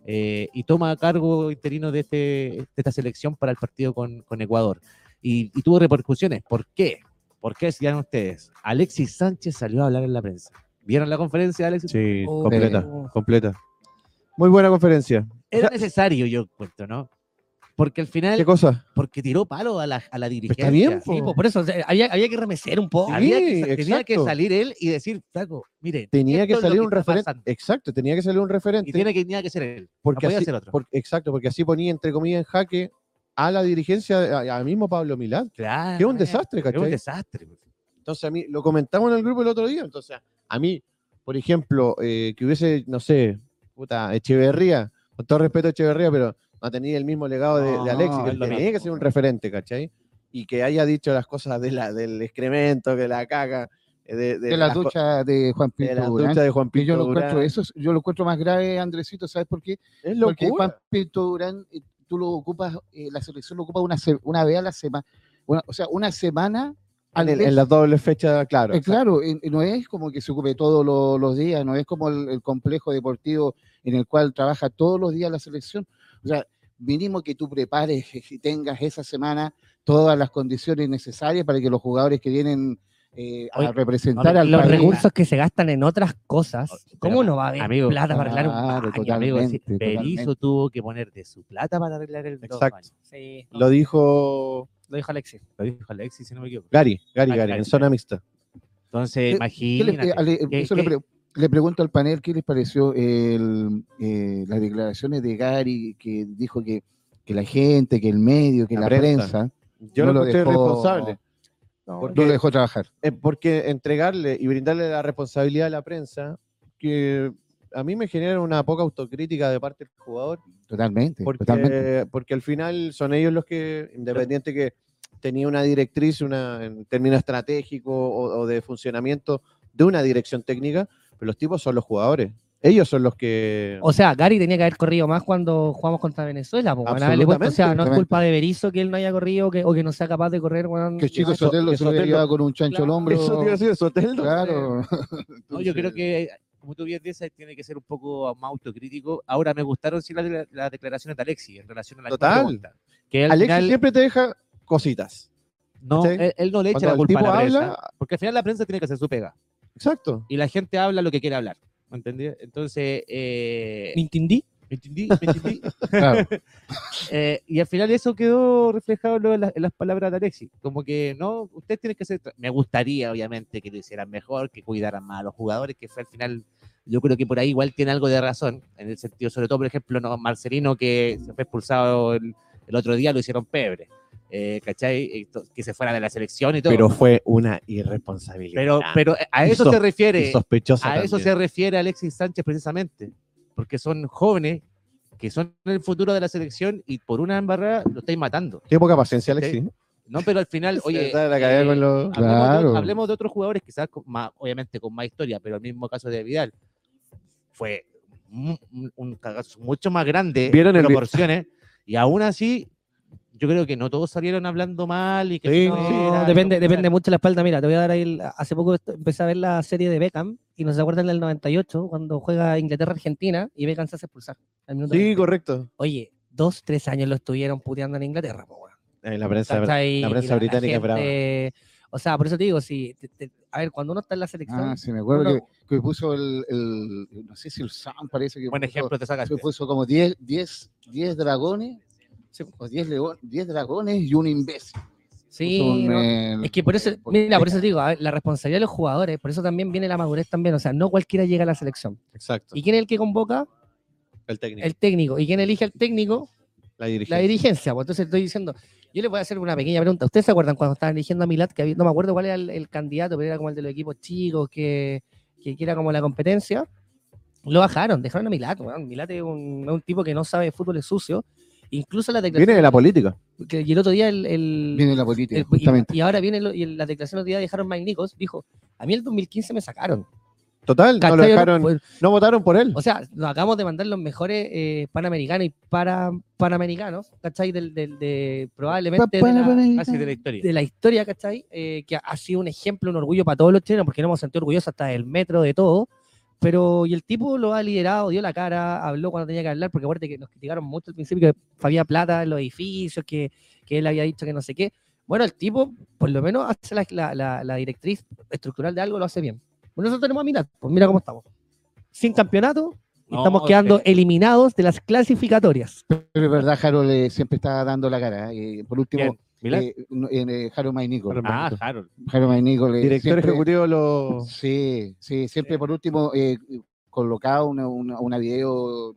eh, y toma a cargo interino de, este, de esta selección para el partido con, con Ecuador. Y, y tuvo repercusiones. ¿Por qué? ¿Por qué decían ustedes? Alexis Sánchez salió a hablar en la prensa. ¿Vieron la conferencia, de Alexis? Sí, Oh. completa, completa. Muy buena conferencia. Era necesario, yo cuento, ¿no? Porque al ¿Qué final, cosa? porque tiró palo a la, a la dirigencia. bien, po. Sí, pues, por eso o sea, había, había que remecer un poco. Había que- Sí, tenía que exacto. salir él y decir, Taco, mire, Tenía esto que es lo salir un está referente. pasando". Exacto, tenía que salir un referente. Y tiene que, tenía que ser él. porque no podía así- ser otro. por- exacto, porque así ponía entre comillas en jaque a la dirigencia, a- al mismo Pablo Milán. Claro. Ah, Que es un desastre, Es un ¿cachai? desastre. Entonces, a mí, lo comentamos en el grupo el otro día. Entonces, a mí, por ejemplo, eh, que hubiese, no sé, puta, Echeverría, con todo respeto a Echeverría, pero no tenía el mismo legado de, de No, Alexis, es que lo tenía mismo. que ser un referente, ¿cachai? Y que haya dicho las cosas de la, del excremento, que la caga, eh, de, de de la las co- ducha de Juan de Pinto la Durán. ducha de Juan Que Pinto yo lo Durán. encuentro, eso es- yo lo encuentro más grave, Andresito, ¿sabes por qué? Es Porque locura. Juan Pinto Durán, eh, tú lo ocupas, eh, la selección lo ocupa una, se- una vez a la semana, o sea, una semana al en, el- mes. en las dobles fechas, claro. Eh, claro, y- y no es como que se ocupe todos lo- los días, no es como el, el complejo deportivo en el cual trabaja todos los días la selección. O sea, mínimo que tú prepares y tengas esa semana todas las condiciones necesarias para que los jugadores que vienen eh, a Oye, representar al los país. recursos que se gastan en otras cosas, ¿cómo pero, no va a haber amigo, plata para arreglar un claro, baño, totalmente. Amigo, sí, totalmente. Berizzo tuvo que poner de su plata para arreglar el dos Exacto. baños. Sí, no, Lo dijo lo dijo Alexis. Lo dijo Alexis, si no me equivoco. Gary, Gary, Ah, Gary, Gary, en zona Gary. mixta. Entonces, ¿Qué le- imagínate. eh, Ale- ¿Qué- eso le, qué- pre- le pregunto al panel qué les pareció el, eh, las declaraciones de Gary que dijo que, que la gente, que el medio, que La la, prensa. prensa, Yo No lo lo encontré dejó- irresponsable. no lo dejó trabajar. Eh, porque entregarle y brindarle la responsabilidad a la prensa, que a mí me genera una poca autocrítica de parte del jugador, Totalmente, totalmente. porque, porque al final son ellos los que, independiente que tenía una directriz, una, en términos estratégicos o, o de funcionamiento de una dirección técnica, pero los tipos son los jugadores. Ellos son los que... O sea, Gary tenía que haber corrido más cuando jugamos contra Venezuela. po, weón, haberle puesto- o sea, no es Absolutamente. culpa de Berizzo que él no haya corrido que- o que no sea capaz de correr. weón. Que Chico eso- Sotelo que se lo había Sotelo- llevado con un chancho al Claro, hombro. decir, Soteldo. Claro. No, yo eh, creo que, como tú bien dices, tiene que ser un poco más autocrítico. Ahora me gustaron sí las de- las declaraciones de Alexis en relación a la misma Total. pregunta. Que al Alexis final, siempre te deja cositas. no, ¿cachai? él, él no le echa Cuando la el culpa a tipo la prensa, habla- porque al final la prensa tiene que hacer su pega. Exacto. Y la gente habla lo que quiere hablar. ¿Me entendí? Entonces, eh, ¿Me entendí? ¿me entendí? ¿Me entendí? Claro. Eh, y al final eso quedó reflejado luego en, las- en las palabras de Alexis. Como que no, ustedes tienen que ser. tra- Me gustaría, obviamente, que lo hicieran mejor, que cuidaran más a los jugadores, que fue al final. Yo creo que por ahí igual tiene algo de razón, en el sentido, sobre todo, por ejemplo, no, Marcelino, que se fue expulsado el, el otro día, lo hicieron pebre. Eh, ¿Cachai? Eh, to- Que se fuera de la selección y todo. Pero fue una irresponsabilidad. pero, pero eh, a Y eso sos- se Y refiere. sospechosa. A eso se también. refiere Alexis Sánchez precisamente, porque son jóvenes que son el futuro de la selección y por una embarrada lo estáis matando. Qué poca paciencia, Alexis. No, pero al final, oye, Se da la cagada eh, con los- hablemos, Claro. de, hablemos de otros jugadores, quizás con más- obviamente con más historia, pero el mismo caso de Vidal fue un, un- un cagazo mucho más grande ¿Vieron el en vi- proporciones y aún así yo creo que no todos salieron hablando mal y que Sí, Ah, no, sí. era- No, depende, depende mucho la espalda. Mira, te voy a dar ahí. el- hace poco est- empecé a ver la serie de Beckham y no se acuerdan del 98 cuando juega Inglaterra-Argentina y Beckham se hace expulsar. al minuto Sí, 20. correcto. Oye, dos, tres años lo estuvieron puteando en Inglaterra, po, weón. Eh, la prensa. ¿Cachai? la Y prensa británica es brava. gente- O sea, por eso te digo, si, te- te- a ver, cuando uno está en la selección, Ah, sí, me acuerdo Uno- que, que puso el, el- No sé si el Sam parece que. Buen puso- ejemplo te que sacaste. puso como 10 10 10 dragones. O 10 león- 10 dragones y un imbécil. sí, Puso un, no- eh, Es que por eso, eh, por- mira, por eso te digo, a ver, la responsabilidad de los jugadores, por eso también viene la madurez también, o sea, no cualquiera llega a la selección. Exacto. ¿Y quién es el que convoca? el técnico. El técnico. ¿Y quién elige al técnico? la dirigencia. La dirigencia. Pues entonces estoy diciendo, yo les voy a hacer una pequeña pregunta. ¿Ustedes se acuerdan cuando estaban eligiendo a Milat, que había- no me acuerdo cuál era el, el candidato, pero era como el de los equipos chicos, que, que era como la competencia? Lo bajaron, dejaron a Milat. weón. Milat es un, es un tipo que no sabe de fútbol, es sucio. Incluso la Viene declaración. de la política. que- y el otro día el- el, Viene la política, el- y- justamente. Y, ahora viene lo- y la declaración del otro día dejaron Mike Nichols, dijo, a mí el 2015 me sacaron. Total, no lo ¿Cachai? dejaron. Pues, No votaron por él. o sea, nos acabamos de mandar los mejores eh, panamericanos y para, panamericanos, ¿cachai? Del, del- de, probablemente de la, Casi Ah, de la historia. de la historia, ¿cachai? Eh, que ha sido un ejemplo, un orgullo para todos los chilenos, porque no hemos sentido orgullosos hasta del metro, de todo. Pero, y el tipo lo ha liderado, dio la cara, habló cuando tenía que hablar, porque aparte que nos criticaron mucho al principio que había plata en los edificios, que, que él había dicho que no sé qué. Bueno, el tipo, por lo menos, hace la, la- la- la directriz estructural de algo, lo hace bien. Bueno, nosotros tenemos a mirar, pues mira cómo estamos. Sin campeonato, y No, estamos quedando eh, eliminados de las clasificatorias. Pero es verdad, Harold eh, siempre está dando la cara. eh, por último, ¿Quién? ¿Milán? eh, no, en, eh, Harold Mainico. Harold Ah, Harold. Harold Mainico. eh, Director siempre- ejecutivo lo. Sí, sí, siempre por último, eh, colocado una, una, una video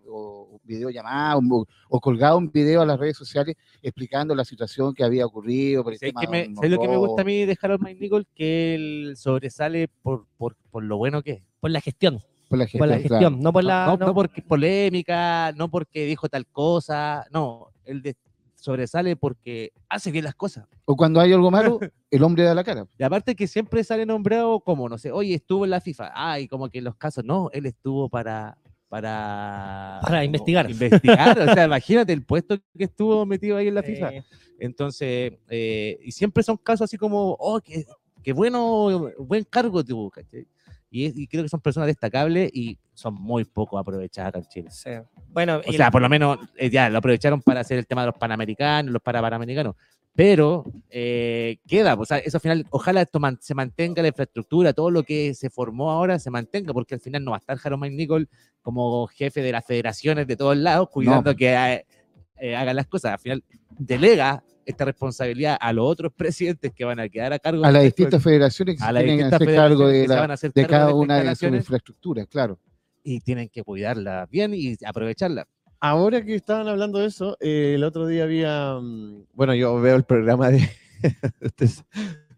o un videollamada o, o colgado un video a las redes sociales explicando la situación que había ocurrido. Por el ¿Sabes tema qué me- de ¿sabes lo que me Monroe. gusta a mí de Harold McNichol? Que él sobresale por, por, por lo bueno que es. Por la gestión, Por la por la gestión, gestión, claro. no por la... No, no- no porque polémica, no porque dijo tal cosa, no, él de- sobresale porque hace bien las cosas. O cuando hay algo malo, el hombre da la cara. Y aparte que siempre sale nombrado como, no sé, oye, estuvo en la FIFA. Ay, como que en los casos, no, él estuvo para... Para, Para como investigar. Investigar, o sea, imagínate el puesto que estuvo metido ahí en la FIFA. Eh, Entonces, eh, y siempre son casos así como, oh, qué, qué bueno, buen cargo tuvo, ¿cachai? Y, es- y creo que son personas destacables y son muy poco aprovechadas acá en Chile. sí. Bueno, O y sea, por lo menos eh, ya lo aprovecharon para hacer el tema de los panamericanos, los parapanamericanos. Pero eh, queda, o sea, eso al final, ojalá esto man- se mantenga la infraestructura, todo lo que se formó ahora se mantenga, porque al final no va a estar Harold McNichol como jefe de las federaciones de todos lados, cuidando que eh, eh, hagan las cosas. Al final, delega esta responsabilidad a los otros presidentes que van a quedar a cargo A las de- distintas federaciones que a se las tienen que distintas hacer cargo federaciones de, que se la- van a hacer de cargo cada estas una de sus instalaciones infraestructuras, claro. y tienen que cuidarla bien y aprovecharla. Ahora que estaban hablando de eso, eh, el otro día había. mm, Bueno, yo veo el programa de. Ustedes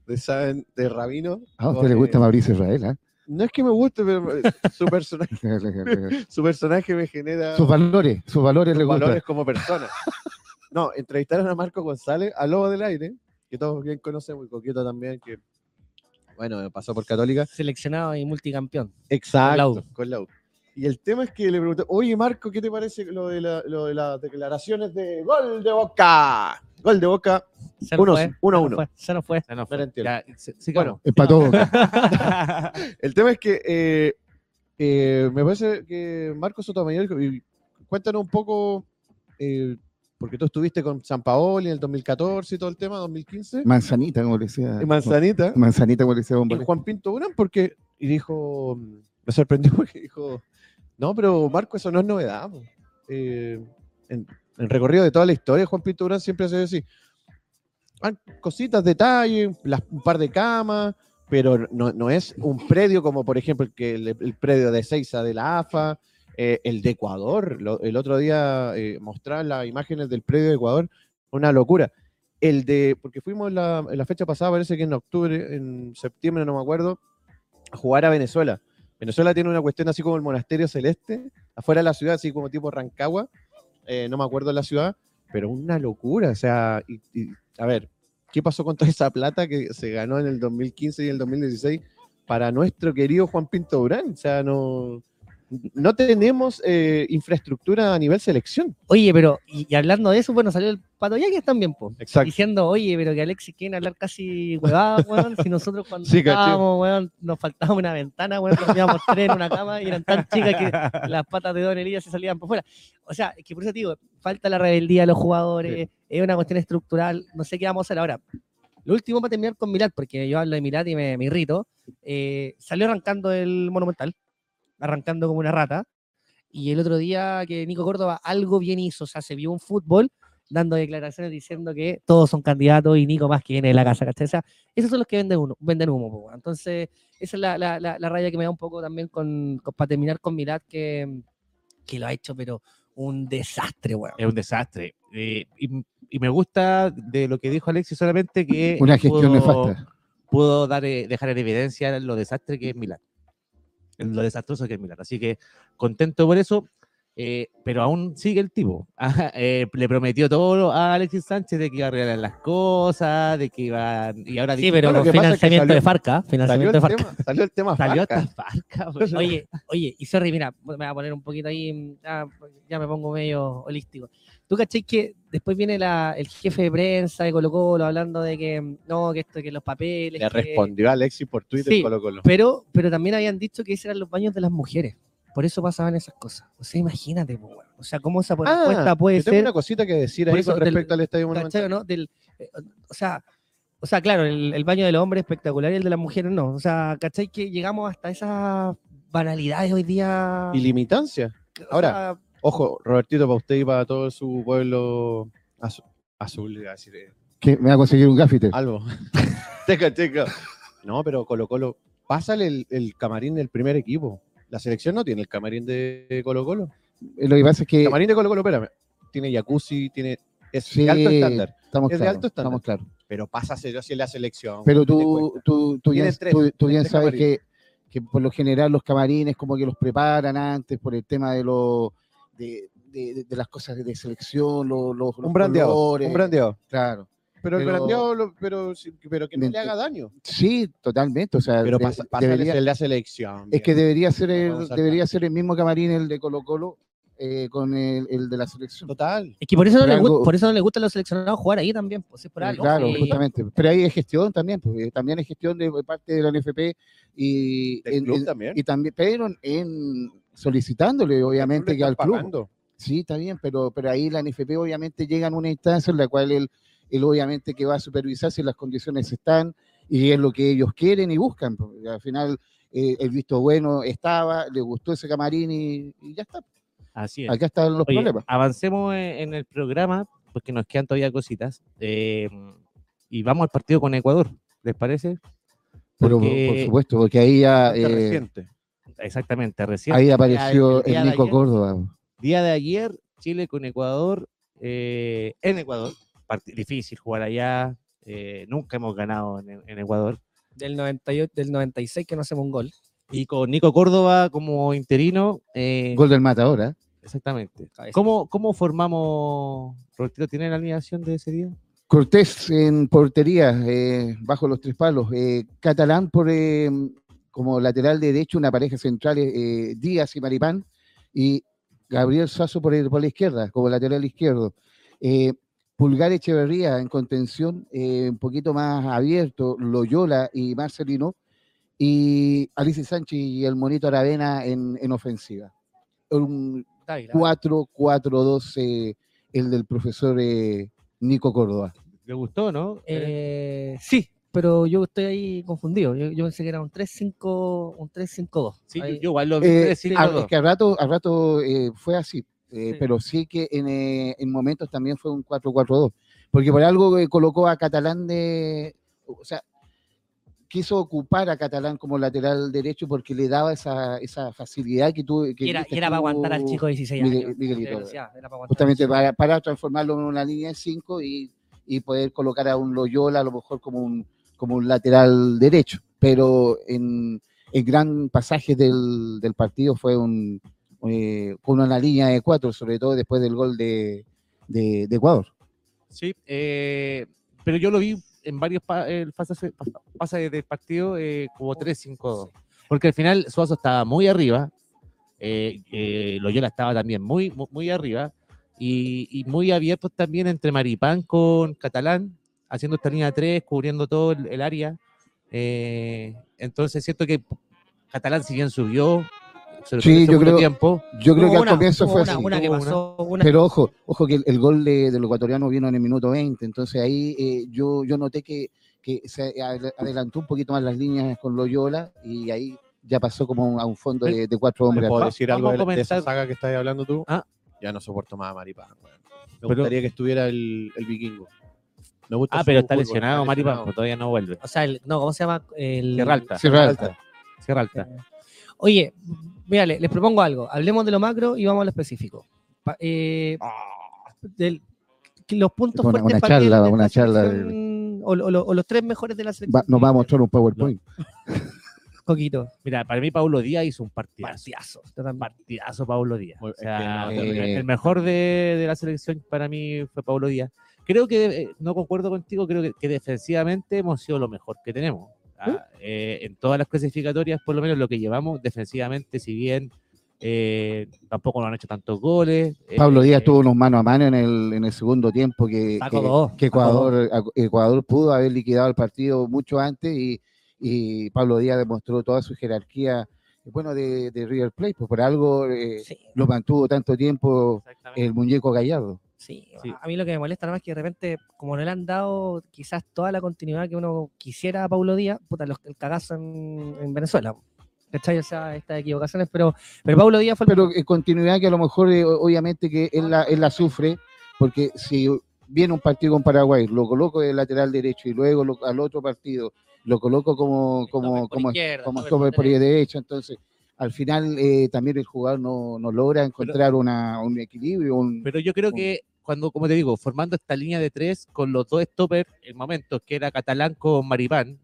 ustedes saben, de Rabino. Ah, A usted le Porque- gusta Mauricio Israel, ¿eh? No es que me guste, pero eh, su personaje, su personaje me genera sus valores, sus valores le sus gustan. valores como persona. No, entrevistaron a Marco González, a Lobo del Aire, que todos bien conocen, muy coqueto también, que. Bueno, pasó por Católica. seleccionado y multicampeón. Exacto, la U. con la U. Y el tema es que le pregunté, oye Marco, ¿qué te parece lo de, la- lo de las declaraciones de gol de boca? Gol de boca, Se nos uno, fue, uno a se nos uno. fue, se nos fue. Ya no No lo entiendo. Ya, sí- sigamos. Bueno, Empató. El tema es que eh, eh, me parece que Marco Sotomayor, y cuéntanos un poco, eh, porque tú estuviste con San Paoli en el 2014 y todo el tema, 2015, Manzanita, como le decía. y Manzanita, Manzanita, como le decía Don y Valentín. Juan Pinto Durán, porque, y dijo, me sorprendió porque dijo, no, pero Marco, eso no es novedad. po". Eh, en, en recorrido de toda la historia, Juan Pinto Durán siempre hace así. "Ah, cositas, detalles, las- un par de camas, pero no, no es un predio como, por ejemplo, el, que, el, el predio de Seiza de la AFA, eh, el de Ecuador. Lo- el otro día eh, mostraban las imágenes del predio de Ecuador, una locura. El de, porque fuimos la, la fecha pasada, parece que en octubre, en septiembre, no me acuerdo, a jugar a Venezuela. Venezuela tiene una cuestión así como el monasterio celeste, afuera de la ciudad, así como tipo Rancagua, eh, no me acuerdo la ciudad, pero una locura, o sea, y- y, a ver, ¿qué pasó con toda esa plata que se ganó en el 2015 y el 2016 para nuestro querido Juan Pinto Durán? O sea, no, no tenemos eh, infraestructura a nivel selección. Oye, pero, y, y hablando de eso, bueno, salió el Pato Yaques también, po. Exacto. Diciendo, oye, pero que Alexis quiere hablar casi huevada, weón. Si nosotros cuando Sí, caché. estábamos, weón, nos faltaba una ventana, weón, nos llevábamos tres en una cama y eran tan chicas que las patas de Don Elías se salían por fuera. O sea, es que por eso te digo, falta la rebeldía de los jugadores, es una cuestión estructural, no sé qué vamos a hacer ahora. Lo último para terminar con Milad, porque yo hablo de Milad y me, me irrito. eh, salió arrancando el Monumental, arrancando como una rata. Y el otro día que Nico Córdoba algo bien hizo, o sea, se vio un fútbol dando declaraciones diciendo que todos son candidatos y Nico más que viene de la casa, ¿cachai? O sea, esos son los que venden, uno, venden humo, po, weón. Entonces, esa es la, la, la- la raya que me da un poco también con, para terminar con Milad, que, que lo ha hecho, pero un desastre, weón. Es un desastre. Eh, y, y me gusta de lo que dijo Alexis solamente que Una gestión pudo- nefasta. Pudo dar, eh, dejar en evidencia lo desastre que es Milán. Lo desastroso que es Milán. Así que contento por eso. eh, pero aún sigue el tipo. Ajá, eh, le prometió todo a Alexis Sánchez de que iba a arreglar las cosas, de que iba. Y ahora Sí, dice, pero lo que con pasa es que financiamiento salió- de Farca, Salió financiamiento de el, Farca. tema, salió el tema Salió Farca. hasta Farca, weón. Oye, oye, y sorry, mira, me voy a poner un poquito ahí, mm, ya, ya me pongo medio holístico. ¿Tú caché que después viene la, el jefe de prensa de Colo Colo hablando de que mm, no, que esto, que los papeles. Le que- respondió a Alexis por Twitter Sí. Colo Colo. Pero, pero también habían dicho que esos eran los baños de las mujeres. Por eso pasaban esas cosas. O sea, imagínate, po, weón. o sea, cómo esa respuesta puede Ah, yo tengo ser. una cosita que decir Por ahí eso con del- respecto al Estadio ¿cachai Monumental. o no? Del, eh, o, sea, o sea, claro, el, el baño del hombre es espectacular y el de las mujeres no. O sea, ¿cachai? Que llegamos hasta esas banalidades hoy día. Y limitancia. o ahora, sea, Ojo, Robertito, para usted y para todo su pueblo azu- azul, iba a decir, eh, Que me va a conseguir un gafete. algo. Teca, teca. No, pero Colo Colo, pásale el, el camarín del primer equipo. La selección no tiene el camarín de Colo Colo. Eh, Lo que pasa es que El camarín de Colo Colo, espérame. Tiene jacuzzi, tiene. Es Sí. de alto estándar. estamos es de claros, alto estándar. estamos claros. Pero pasa a ser así en la selección. Pero date tú, cuenta. tú, tú bien, Tienen tres, tú- tú bien tres sabes camarines. que, que por lo general los camarines como que los preparan antes por el tema de los de, de- de- de las cosas de selección, los, los, los Un brandeado. colores, Un brandeado. Claro. Pero, el Pero- brandeado, lo- pero, sí- pero que no le Mente- haga daño. Sí, totalmente. O sea, Pero de- pasa, pasa debería- en la selección. es que bien. debería ser No el, podemos saltar. debería ser el mismo camarín el de Colo Colo con el, el de la selección. Total. Es que por eso, no Pero les gusta, algo- por eso no les gusta a los seleccionados jugar ahí también, pues es por Eh, algo. claro, sí. justamente. Pero ahí es gestión también, porque también es gestión de parte de la NFP y Del en- club en- este también. y también, pero en solicitándole obviamente que al club. Pagando. Sí, está bien, pero, pero ahí la NFP obviamente llega en una instancia en la cual él, él obviamente que va a supervisar si las condiciones están y es lo que ellos quieren y buscan. porque Al final eh, el visto bueno estaba, le gustó ese camarín y, y ya está. Así es. Acá están los Oye, problemas. avancemos en en el programa, porque nos quedan todavía cositas. eh, y vamos al partido con Ecuador, ¿les parece? Pero por porque- supuesto, porque ahí ya Gente eh, reciente. Exactamente, recién. ahí apareció día el de Nico ayer. Córdoba. Día de ayer, Chile con Ecuador, eh, en Ecuador. Parti- difícil jugar allá. eh, nunca hemos ganado en, en Ecuador. Del, 98, del 96 que no hacemos un gol. Y con Nico Córdoba como interino. eh, Gol del Mata ahora. Exactamente. Cabeza. ¿Cómo, ¿Cómo formamos? ¿Rotero tiene la alineación de ese día? Cortés en portería, eh, bajo los tres palos. eh, Catalán por, eh, como lateral derecho, una pareja central, eh, Díaz y Maripán. Y Gabriel Sasso por, el- por la izquierda, como lateral izquierdo. Eh, Pulgar Echeverría en contención, eh, un poquito más abierto, Loyola y Marcelino. Y Alice Sánchez y el Monito Aravena en, en ofensiva. Un Dávila. 4-4-2, eh, el del profesor eh, Nico Córdoba. ¿Le gustó, no? Eh, sí, pero yo estoy ahí confundido. Yo, yo pensé que era un 3-5, un 3-5-2. sí, yo, Ahí- yo igual lo vi. Eh, tres, cinco, a- dos. es que a rato, a rato eh, fue así, eh, Sí. pero sí que en, eh, en momentos también fue un 4-4-2, porque por algo eh, colocó a Catalán de, o sea, quiso ocupar a Catalán como lateral derecho porque le daba esa, esa facilidad que tú... Que Y era, viste y era para tú, aguantar al chico de 16 años. Miguel- Miguelito. de velocidad, era para aguantar Justamente al chico. para, para transformarlo en una línea de 5 y, y poder colocar a un Loyola a lo mejor como un, como un lateral derecho, pero en el gran pasaje del, del partido fue un, eh, con una línea de 4, sobre todo después del gol de, de, de Ecuador. Sí, eh, pero yo lo vi en varios pa- eh, pasajes pasajes del partido eh, como 3-5-2. Porque al final Suazo estaba muy arriba, eh, eh, Loyola estaba también muy, muy, muy arriba, y, y muy abiertos también entre Maripán con Catalán, haciendo esta línea 3, cubriendo todo el, el área. Eh, entonces siento que Catalán si bien subió, sobre Sí, todo en el yo segundo creo- tiempo, Yo creo Hubo que al una- comienzo hubo fue una, así. Una que Hubo una. pasó, una- Pero ojo, ojo que el, el gol de, del ecuatoriano vino en el minuto 20, entonces ahí eh, yo, yo noté que, que se adel- adelantó un poquito más las líneas con Loyola y ahí ya pasó como un- a un fondo de, de cuatro ¿Te hombres. puedo va- decir vamos algo a de, la- de esa comentar- saga que estás hablando tú? Ah. Ya no soporto más a Maripán. weón. Me Pero- gustaría que estuviera el, el vikingo. Me gusta ah, su pero está fútbol, lesionado está Maripán, lesionado. todavía no vuelve. o sea, el- no, ¿cómo se llama? El, Sierra Alta, Sierra Alta. Sierra Alta. Oye, mira, les propongo algo. Hablemos de lo macro y vamos a lo específico. Pa- eh, del- que los puntos Una- fuertes una para charla, mí de la una charla de- selección, o, lo- o lo- o los tres mejores de la selección. Va- nos va a mostrar un PowerPoint. Coquito. Mira, para mí Pablo Díaz hizo un partido. Partidazo. yo también. partidazo Pablo Díaz. Muy- O sea, es que no, el- eh, el mejor de, de la selección para mí fue Pablo Díaz. Creo que, eh, no concuerdo contigo, creo que, que defensivamente hemos sido lo mejor que tenemos. Ah, eh, en todas las clasificatorias, por lo menos lo que llevamos defensivamente, si bien eh, tampoco nos han hecho tantos goles. eh, Pablo Díaz eh, tuvo unos mano a mano en el, en el segundo tiempo que, Sacó dos, que, que sacó Ecuador, Ecuador pudo haber liquidado el partido mucho antes y, y Pablo Díaz demostró toda su jerarquía bueno de, de River Plate, pues por algo eh, Sí, lo mantuvo tanto tiempo exactamente. el muñeco Gallardo. sí. Sí. A mí lo que me molesta nada más es que de repente, como no le han dado quizás toda la continuidad que uno quisiera a Pablo Díaz, puta, los, el cagazo en, en Venezuela. ¿Cachai? O sea, estas equivocaciones, pero, pero Pablo Díaz fue el Pero eh, continuidad que a lo mejor eh, o- obviamente que él la, él la sufre, porque si viene un partido con Paraguay, lo coloco de lateral derecho y luego lo- al otro partido lo coloco como, como, Stopper por como, izquierda, como stopper stopper por por derecha, entonces al final eh, también el jugador no, no logra encontrar una, un equilibrio. un- Pero yo creo que cuando, como te digo, formando esta línea de tres con los dos stoppers en momentos, que era Catalán con Maripán,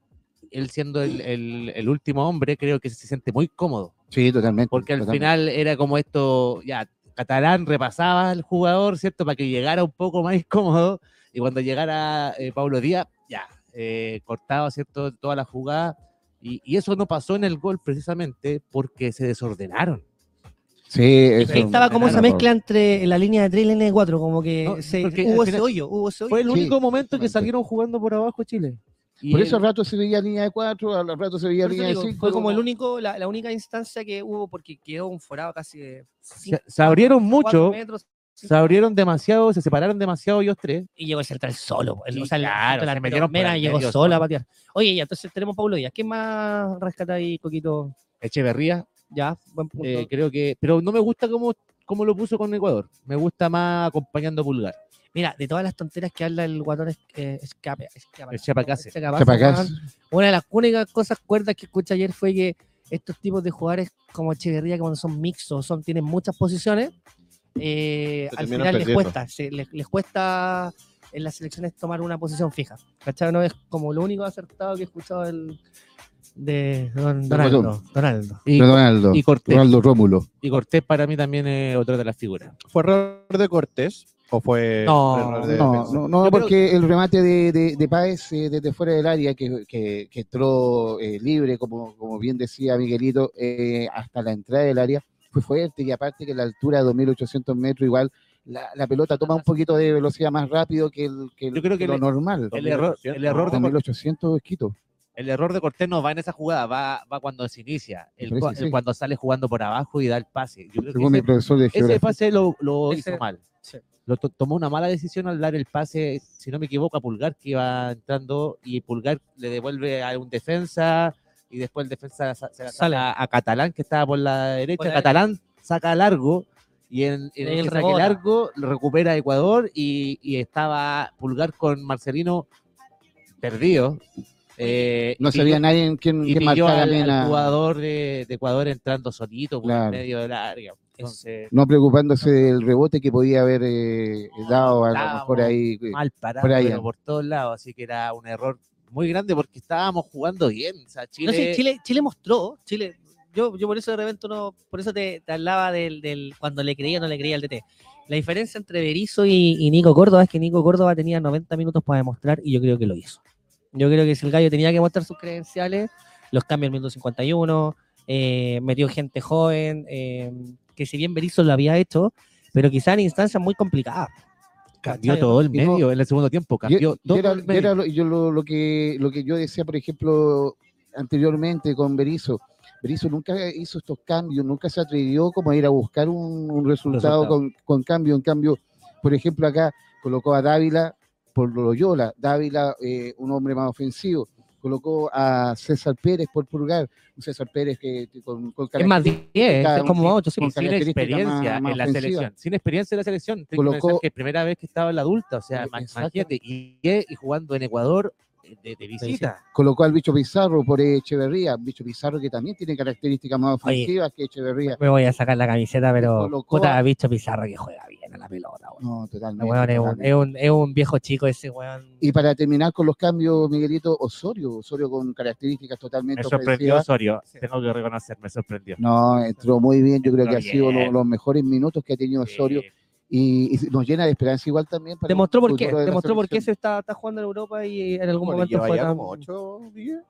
él siendo el, el- el último hombre, creo que se siente muy cómodo. sí, totalmente. Porque al totalmente. final era como esto, ya, Catalán repasaba al jugador, ¿cierto? Para que llegara un poco más cómodo. Y cuando llegara eh, Pablo Díaz, ya, eh, cortaba, ¿cierto? Toda la jugada. Y, y eso no pasó en el gol precisamente porque se desordenaron. Sí, eso- Ahí estaba como esa Claro, mezcla entre la línea de 3 y la línea de 4, como que No, se- porque hubo al ese final- hoyo, hubo ese hoyo. Fue el Sí, único momento que totalmente. salieron jugando por abajo Chile. Y Por eso al el- rato se veía línea de 4, al rato se veía Por eso línea de digo, 5. fue como el único, la, la única instancia que hubo porque quedó un forado casi de se, se abrieron 4 mucho, metros se abrieron demasiado, se separaron demasiado ellos tres. y llegó el central solo. el- Sí, o sea, claro, la, se la metieron por mera al llegó medio sola solo. a patear. Oye, ya entonces tenemos Pablo Díaz. ¿Qué más rescata ahí, Coquito? Echeverría, Ya, buen punto. eh, creo que. Pero no me gusta cómo, cómo lo puso con Ecuador. Me gusta más acompañando a Pulgar. Mira, de todas las tonteras que habla el guatón es, eh, escape, escape, El Chapacase. el Chapacase, weón. Una de las únicas cosas cuerdas que escuché ayer fue que estos tipos de jugadores como Echeverría, que cuando son mixos, son, tienen muchas posiciones, eh, Se al terminan final les perdiendo. cuesta, se- les, les cuesta en las selecciones tomar una posición fija. ¿Cachai? No es como lo único acertado que he escuchado del, de don, Donaldo. Donaldo. Y, Ronaldo, y Cortés. Ronaldo Rómulo. Y Cortés para mí también es otra de las figuras. ¿Fue error de Cortés o fue No, error de No, defensa? no, no, Yo creo porque el remate de, de, de Páez eh, desde fuera del área, que, que, que entró eh, libre, como, como bien decía Miguelito, eh, hasta la entrada del área, fue fuerte. Y aparte que la altura de 2.800 metros, igual la, la pelota toma un poquito de velocidad más rápido que, el, que, el- Yo creo que lo el- normal. El error, el, error de, Cor- 2.800 es Quito. el error de Cortés no va en esa jugada, va, va cuando se inicia. El, Me parece, cua- el sí. cuando sale jugando por abajo y da el pase. Yo creo que Según mi ese- profesor de Ese geografía. pase lo, lo Ese- hizo mal. sí. Lo to- tomó una mala decisión al dar el pase, si no me equivoco, a Pulgar que iba entrando y Pulgar le devuelve a un defensa y después el defensa sa- se la sale Sale. a, a Catalán que estaba por la derecha. Por la Catalán saca largo y en, en Él el que saque rebota. largo lo recupera Ecuador y, y estaba Pulgar con Marcelino perdido. eh, No y sabía pidió- nadie en quién, y quién pilló marcara al, bien al a- jugador de, de Ecuador entrando solito por Claro. el medio del área. Entonces, no preocupándose del rebote que podía haber eh, dado a lo Estábamos mejor ahí. eh, mal parado por pero ahí por, anda. todos lados, así que era un error muy grande porque estábamos jugando bien. O sea, Chile, No sé, Chile, Chile mostró, Chile, yo, yo por eso de repente no, por eso te, te hablaba del, del cuando le creía o no le creía al DT. La diferencia entre Berizzo y, y Nico Córdoba es que Nico Córdoba tenía 90 minutos para demostrar y yo creo que lo hizo. Yo creo que si el gallo tenía que mostrar sus credenciales, los cambia el minuto 51, eh, metió gente joven, eh, que si bien Berizzo lo había hecho, pero quizá en instancias muy complicadas. cambió ¿cachai? todo el Y no- medio en el segundo tiempo, Y- cambió y todo era- el y medio. era lo- yo lo, lo que, lo que yo decía, por ejemplo, anteriormente con Berizzo. Berizzo nunca hizo estos cambios, nunca se atrevió como a ir a buscar un, un resultado, Resultado. Con, con cambio. En cambio, por ejemplo, acá colocó a Dávila por Loyola, Dávila eh, un hombre más ofensivo, colocó a César Pérez por Pulgar, un César Pérez que, que con, con Es más 10, es características- como 8, sí. con sin características experiencia más- más en la ofensivas. selección. Sin experiencia en la selección. Tengo que Colocó- pensar que es primera vez que estaba en la adulta. O sea, Eh, ma- exacto. imagínate, y, y jugando en Ecuador eh, de, de visita. colocó al bicho Pizarro por Echeverría, bicho Pizarro que también tiene características más Oye. ofensivas que Echeverría. Me voy a sacar la camiseta, pero colocó puta, a- ha visto Pizarro que juega bien a la pelota, weón. No, No, totalmente. weón, es, un, totalmente. es un- es un viejo chico ese, weón. Y para terminar con los cambios, Miguelito Osorio, Osorio con características totalmente Me sorprendió ofensivas. Osorio, tengo que reconocer, me sorprendió. No, entró muy bien, yo creo que Entró ha sido uno de bien. los mejores minutos que ha tenido Osorio Eh, y, y nos llena de esperanza igual también. Para el Demostró por qué, futuro de la demostró por qué se selección. está, está jugando en Europa y en algún ¿Cómo le momento lleva fue ya tan- como ocho días?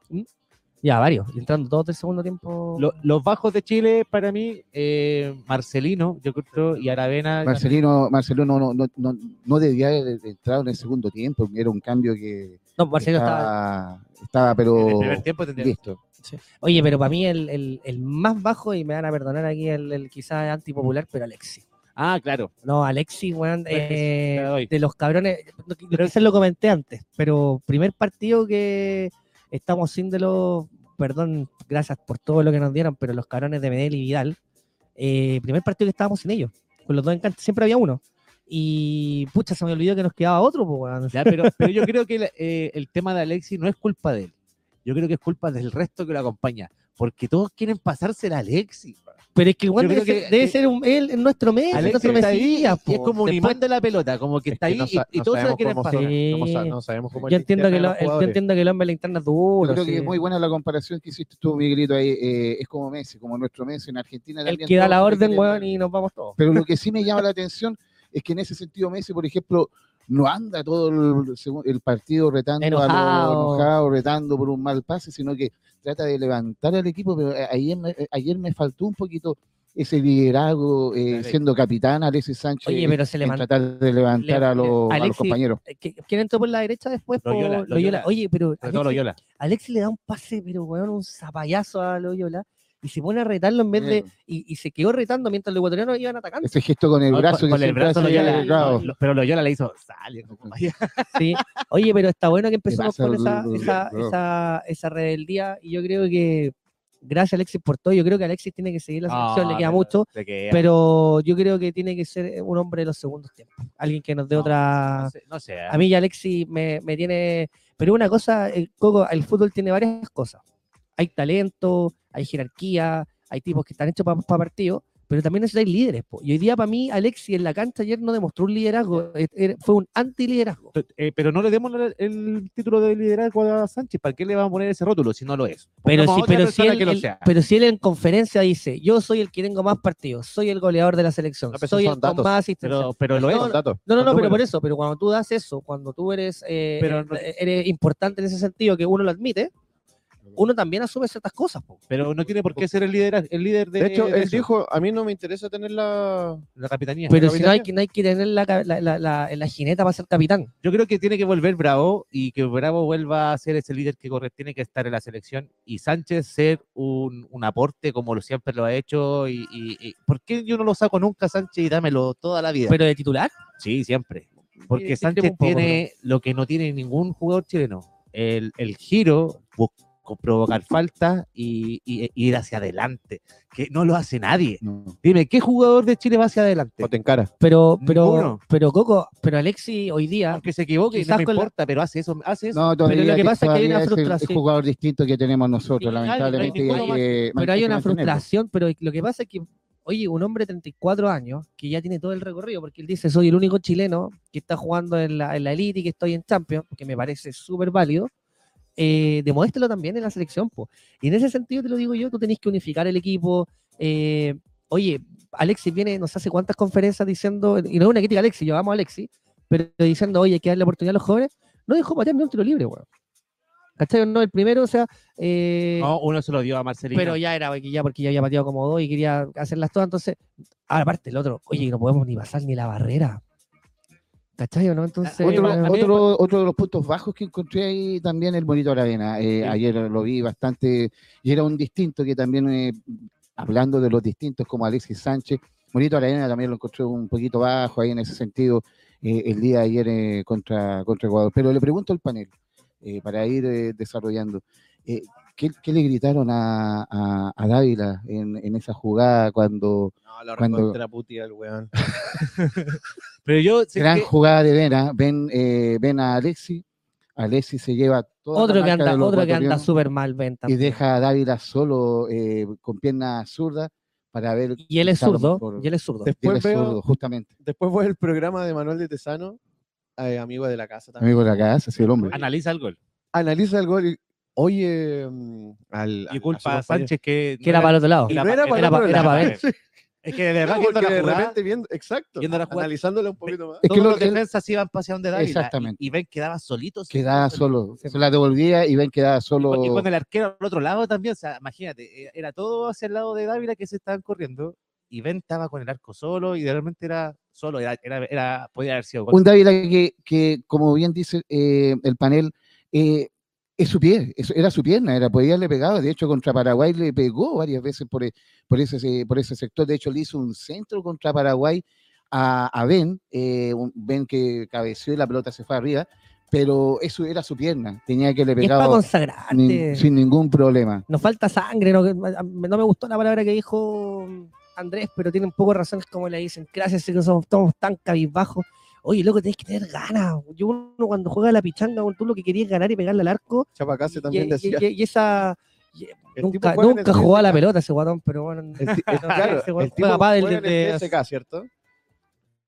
Ya, varios, y entrando todos del segundo tiempo. lo- los bajos de Chile, para mí, eh, Marcelino, yo creo, y Aravena. Marcelino, Marcelino no, no, no, no debía haber entrado en el segundo tiempo, era un cambio que no, Marcelo estaba... estaba, estaba, en pero el primer tiempo tendría- listo. Oye, pero para mí el, el- el más bajo, y me van a perdonar aquí el, el quizás antipopular, pero Alexi. Ah, claro. No, Alexi, weón, Pues, eh, te la doy. de los cabrones, lo que- lo que se lo comenté antes, pero primer partido que estamos sin de los, perdón, gracias por todo lo que nos dieron, pero los cabrones de Medel y Vidal, eh, primer partido que estábamos sin ellos, con los dos encantos, siempre había uno. Y pucha, se me olvidó que nos quedaba otro, po, weón. Ya, pero, pero yo creo que la- eh, el tema de Alexis no es culpa de él. Yo creo que es culpa del resto que lo acompaña. porque todos quieren pasársela a Alexis. pa. Pero es que el weón creo debe, que- ser- debe que- ser un, él, en nuestro mes, en Alexis nuestro está Mesías, Y es po. como un Después- imán de la pelota, como que Es está que ahí no y, sa- y no todos se la sabemos quieren cómo pasar. son, no, sa- Sí. no sabemos cómo yo entiendo, que el lo, yo entiendo que el hombre le interna duro. Yo creo que sí. es muy buena la comparación que hiciste tú, Miguelito, ahí. eh, es como Messi, como nuestro Messi en Argentina. El también que da todos la le orden, quieren dar. weón, y nos vamos todos. Pero lo que sí me llama la atención es que en ese sentido Messi, por ejemplo, no anda todo el, segu- el partido retando, A Enojado. lo enojado, retando por un mal pase, sino que trata de levantar al equipo. Pero a- ayer me, eh, ayer me faltó un poquito ese liderazgo, eh, Correcto. siendo capitán Alexis Sánchez, Oye, pero se en levantó. tratar de levantar le- a, los, a los Alexis- compañeros. ¿Qui- ¿Quién entró por la derecha después? Por Loyola, Loyola. Loyola. Oye, pero Sobre todo Alexis- Loyola. Alexis le da un pase, pero weón, un zapallazo a Loyola. Y se pone a retarlo en vez de. Y, y se quedó retando mientras los ecuatorianos iban atacando. Ese gesto con el Con- brazo con, que el siempre brazo hace, Loyola, claro. lo- pero Loyola le hizo, sale. compañero". Sí. Oye, pero está bueno que empezamos pasa, con esa, Lulu? esa, Bro. esa, esa rebeldía. Y yo creo que. Gracias, Alexis, por todo. Yo creo que Alexis tiene que seguir la selección, le Ah, queda pero- mucho. le queda. Pero yo creo que tiene que ser un hombre de los segundos tiempos. Alguien que nos dé No, otra. no sé, no sé, A mí ya Alexis me, me tiene. Pero una cosa, el, Coco, el fútbol tiene varias cosas. Hay talento, hay jerarquía, hay tipos que están hechos para partidos, pero también necesitáis líderes. po. Y hoy día, para mí, Alexis en la cancha ayer no demostró un liderazgo, eh, era- fue un anti-liderazgo. T- eh, pero no le demos la- el título de liderazgo a Sánchez. ¿Para qué le van a poner ese rótulo si no lo es? Pongamos Pero si, a otra pero, si persona él, que lo él- sea. pero si él en conferencia dice: Yo soy el que tengo más partidos, soy el goleador de la selección, No, pero esos soy el son con datos. más asistencia. Pero, pero lo es. No, Son datos. No, no, Son no, pero por números. eso, pero cuando tú das eso, cuando tú eres, eh, Pero no- eh, eres importante en ese sentido, que uno lo admite, uno también asume ciertas cosas. po. Pero no tiene por qué ser el líder, el líder de, De hecho, de él eso, dijo, a mí no me interesa tener la... la capitanía. Pero la si no hay, capitanía. que- no hay que tener la, ca- la, la, la- la jineta para ser capitán. Yo creo que tiene que volver Bravo y que Bravo vuelva a ser ese líder que corre, tiene que estar en la selección y Sánchez ser un, un aporte como lo siempre lo ha hecho. Y, y- y- ¿Por qué yo no lo saco nunca, Sánchez, y dámelo toda la vida? Pero de titular, sí, este siempre. Sí, Porque sí, Sánchez un poco, tiene lo que no tiene ningún jugador chileno: el, el giro, bu- provocar falta y, y- y ir hacia adelante, que no lo hace nadie. No. Dime, ¿qué jugador de Chile va hacia adelante? No te encara. pero, pero, Ninguno. pero Coco, pero Alexi hoy día, Aunque se equivoque, no Quizás me con la- importa, pero hace eso, hace eso. No, todavía, lo que ti- pasa es que hay todavía una el- frustración. el jugador distinto que tenemos nosotros, Sí, no hay- no hay lamentablemente. y ninguno hay que- pero hay que una eh, mantenerlo. frustración, pero lo que pasa es que, oye, un hombre de 34 años, que ya tiene todo el recorrido, porque él dice, soy el único chileno que está jugando en la, en la elite y que estoy en Champions, que me parece súper válido, eh, demuéstralo también en la selección. po. Y en ese sentido, te lo digo yo, tú tenés que unificar el equipo. eh, oye, Alexis viene, no sé hace cuántas conferencias diciendo, y no es una crítica a Alexis, yo amo a Alexis, pero diciendo, oye, hay que darle oportunidad a los jóvenes, no dejó patear ni un tiro libre, weón. ¿Cachai? No, el primero, o sea... eh, No, uno se lo dio a Marcelino. pero ya era, porque ya, porque ya había pateado como dos y quería hacerlas todas. Entonces, aparte, el otro, oye, no podemos ni pasar ni la barrera. ¿Cachai o no? Entonces, Otro, eh, otro, otro de los puntos bajos que encontré ahí también el monitor Avena. Eh, Ayer lo vi bastante y era un distinto que también, eh, hablando de los distintos como Alexis Sánchez, Monito Aravena también lo encontré un poquito bajo ahí en ese sentido eh, el día de ayer eh, contra, contra Ecuador. Pero le pregunto al panel, eh, para ir eh, desarrollando, eh, ¿qué, qué le gritaron a, a, a Dávila en, en esa jugada cuando... No, la Cuando- putia el weón. Pero yo sé gran que- jugada de Vena, ven, eh, ven a Alexis, Alexis se lleva toda la otro que marca de anda, los otro que anda ecuatorianos súper mal, Ben. y también. deja a Dávila solo eh, con pierna zurda para ver Y él es quizá a lo zurdo, mejor- y él es zurdo. él es Después veo- zurdo, justamente. Después fue el programa de Manuel de Tesano, eh, amigo de la casa también. Amigo de la casa, sí, el hombre. analiza el gol. Analiza el gol y oye mm, al... Y al- culpa a su compañero. Sánchez que. Que era para el otro lado. y la- No era era para Era, pa- otro era lado. para ver. Es que de verdad, No, viendo porque la de jugada, repente viendo, exacto, viendo la jugada- analizándola un poquito más. Es que todos lo los que- defensas iban paseando de Dávila. Exactamente. Y, y ven quedaba solito. sí. Quedaba solo, se la devolvía y ven quedaba Y con- Y solo. con el arquero al otro lado también. O sea, imagínate, eh, era todo hacia el lado de Dávila que se estaban corriendo. Y Ben estaba con el arco solo y realmente era solo. Era, era, era- podía haber sido gol. Un Dávila que, que, como bien dice eh, el panel, eh, es su pie, es- era su pierna, era, podía haberle pegado. De hecho, contra Paraguay le pegó varias veces por, e- por, ese, se- por ese sector. De hecho, le hizo un centro contra Paraguay a, a Ben, eh, un Ben que cabeció y la pelota se fue arriba, pero eso era su pierna, tenía que le Y es para pegado consagrarte. sin ningún problema. Nos falta sangre. No, no me gustó la palabra que dijo Andrés, pero tiene un poco razón como le dicen. Gracias, que somos, estamos tan cabizbajos. Oye, loco, tenés que tener ganas. Yo uno cuando juega a la pichanga, tú lo que querías es ganar y pegarle al arco. Chapacase Y, también y- decía. y- y esa, El tipo Nunca, juega en nunca el jugó a la CSKA. pelota ese guatón, pero bueno. eh, El ti- el- no, claro, ese weón el tipo juega pádel juega en desde el hace- CSKA, ¿cierto?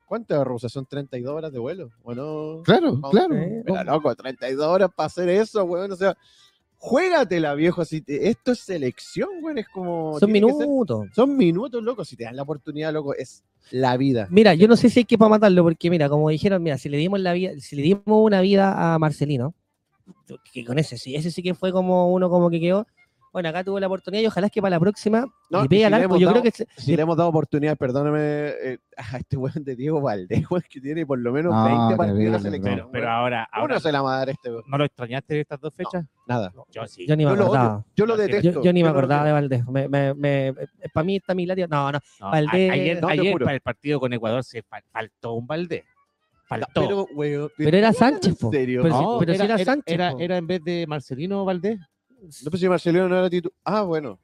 ¿Cuántas rusas son 32 horas de vuelo? ¿O no? Claro, Vamos, claro. eh, Pero loco, 32 horas para hacer eso, weón. O sea, juégatela, viejo. Si te- esto es selección, weón. Es como. Son tiene que ser- minutos. son minutos, loco. Si te dan la oportunidad, loco, es la vida. Mira, yo no sé si hay que para matarlo, porque mira, como dijeron, mira, si le dimos la vida, si le dimos una vida a Marcelino, que con ese sí, ese sí que fue como uno como que quedó. Bueno, acá tuvo la oportunidad y ojalá es que para la próxima No, le y si pegue al le arco. hemos Yo dado- creo que se- Si le hemos dado oportunidad, perdóname, eh, a este weón de Diego Valdés, weón, que tiene por lo menos Ah, 20 partidos en la terrible, selección. Pero, weón. pero ahora, ¿Cómo ahora no se la va a dar este, weón? ¿no lo extrañaste de estas dos fechas? Nada. Yo sí. yo ni me Yo lo, acordaba. odio, yo lo Yo- yo detesto. Yo, yo ni me lo acordaba de detesto. Valdés. Me, me, para mí está Milario. No, no. No, a- Valdés- ayer No, te ayer juro. para el partido con Ecuador se fal- faltó un Valdés. No, Faltó. Pero, weón, Pero era ¿en Sánchez, po. serio? Pero no, sí, pero sí era Sánchez, Era, po. era en vez de Marcelino Valdés. no pensé que Marcelino no era titular. Ah, bueno.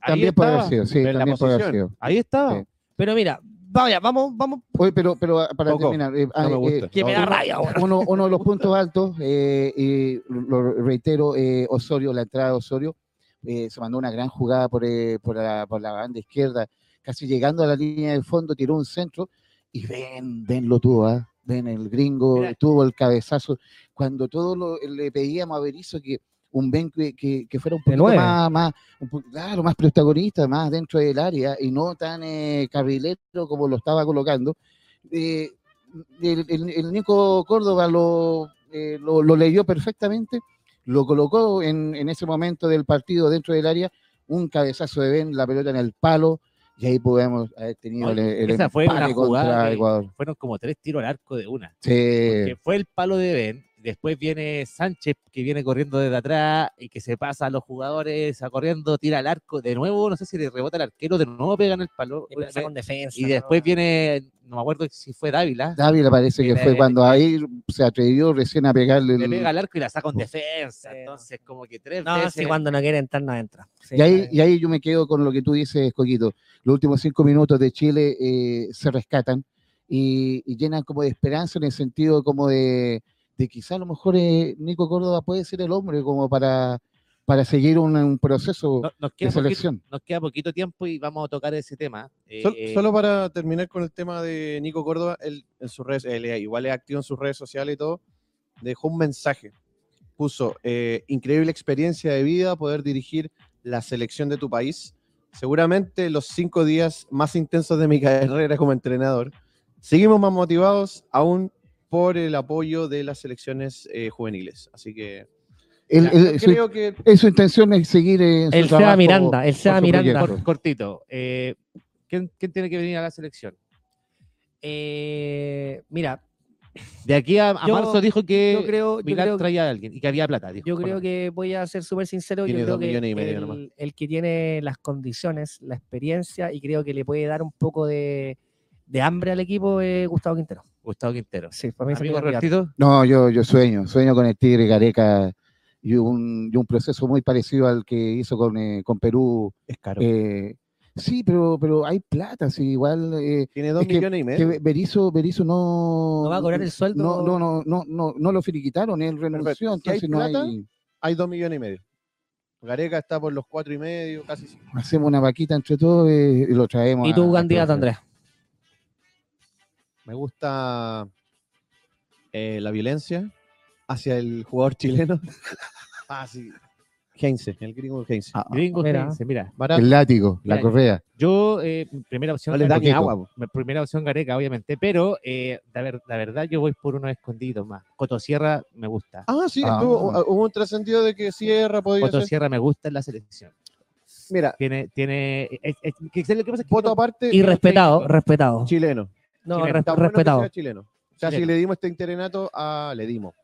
Ahí También puede haber estaba, sido, sí, pero en la también puede haber posición. sido. Ahí estaba. Sí. Pero mira, vaya, vamos, vamos, Oye, pero, pero ah, para Poco, terminar, eh, ah, No me eh, gusta. que No, me da no, rabia ahora. uno, uno de los puntos altos, eh, y lo reitero, eh, Osorio, la entrada de Osorio, eh, se mandó una gran jugada por, eh, por, la, por la banda izquierda, casi llegando a la línea del fondo, tiró un centro y ven, ven lo tuvo, ¿ah? ven el gringo, Mira. tuvo el cabezazo. Cuando todos lo- le pedíamos a Berizzo que un Ben que, que- que fuera un poquito nueve. más, más, un po- claro, más protagonista, más dentro del área y no tan eh, carrilero como lo estaba colocando. eh, el, el- el Nico Córdoba lo, eh, lo, lo leyó perfectamente, lo colocó en, en ese momento del partido dentro del área, un cabezazo de Ben, la pelota en el palo, y ahí podemos haber tenido el, el Esa fue empate una jugada contra que Ecuador. fueron como tres tiros al arco de una. Sí, que fue el palo de Ben. Después viene Sánchez, que viene corriendo desde atrás y que se pasa a los jugadores, a corriendo, tira al arco. De nuevo, no sé si le rebota el arquero, de nuevo pegan el palo. Eh, Empezar con defensa, Y ¿no? después viene, no me acuerdo si fue Dávila, Dávila parece que Le- fue cuando ahí se atrevió recién a pegarle. le el- pega al arco y la saca en defensa. Sí. Entonces, como que tres No, veces. si cuando no quiere entrar, no entra. Sí, Y ahí, está y ahí yo me quedo con lo que tú dices, Coquito. Los últimos cinco minutos de Chile eh, se rescatan y, y llenan como de esperanza en el sentido como de, de quizá a lo mejor eh, Nico Córdoba puede ser el hombre como para, para seguir un, un proceso No- nos, de queda poquito, selección. nos queda poquito tiempo y vamos a tocar ese tema. Eh, Sol- eh, solo para terminar con el tema de Nico Córdoba, él en sus redes, él es- igual es activo en sus redes sociales y todo, dejó un mensaje. Puso, eh, increíble experiencia de vida poder dirigir la selección de tu país. Seguramente los cinco días más intensos de mi carrera como entrenador. Seguimos más motivados aún por el apoyo de las selecciones eh, juveniles. Así que Él- ya, él- su, creo que es su intención es seguir eh, en su El Seba trabajo Miranda, el Seba su Miranda. proyecto. cor- cortito. eh, ¿quién, quién tiene que venir a la selección? Eh, mira, De aquí a, a Yo- marzo dijo Eh, que yo creo, yo Milán creo, traía a alguien y que había plata. dijo. yo creo Bueno, que voy a ser súper sincero. Yo Tiene creo dos que millones y medio nomás. el, el que tiene las condiciones, la experiencia y creo que le puede dar un poco de, de hambre al equipo es Gustavo Quintero. Gustavo Quintero. Sí, para mí es el Amigo candidato. Robertito, No, yo, yo sueño, sueño con el Tigre Gareca y un, y un proceso muy parecido al que hizo con, eh, con Perú. es caro. Eh, sí, pero, pero hay plata, sí, igual. eh, Tiene dos es que- millones y que medio. Be- Berizzo, Berizzo no. ¿No va a cobrar el sueldo? No, no, no, no, no, no lo finiquitaron, él si renunció, hay entonces no plata, hay. Hay dos millones y medio. Gareca está por los cuatro y medio, casi cinco. Hacemos una vaquita entre todos eh, y lo traemos. ¿Y a- tu a candidato, profe. Andrés? Me gusta eh, la violencia hacia el jugador chileno. ah, sí. Heinze, el gringo Heinze. Ah, Gringo mira. Heinze, mira. Mara- El látigo, la Mira, correa. Yo, eh, mi primera opción. no le da ni Gareca, agua. po. mi primera opción Gareca, obviamente. Pero eh, la, ver- la verdad, yo voy por unos escondidos más. Cotosierra me gusta. Ah, sí, Ah. estuvo- hu- hubo un trascendido de que Sierra podía ser. Cotosierra me gusta en la selección. Mira, Tiene, tiene. es- es- que sé lo que pasa es que voto no- aparte, Y respetado, técnico. respetado. chileno. No, Chileno. res- Está bueno que respetado. sea chileno. O sea, si Chileno. le dimos este interinato a. Le dimos.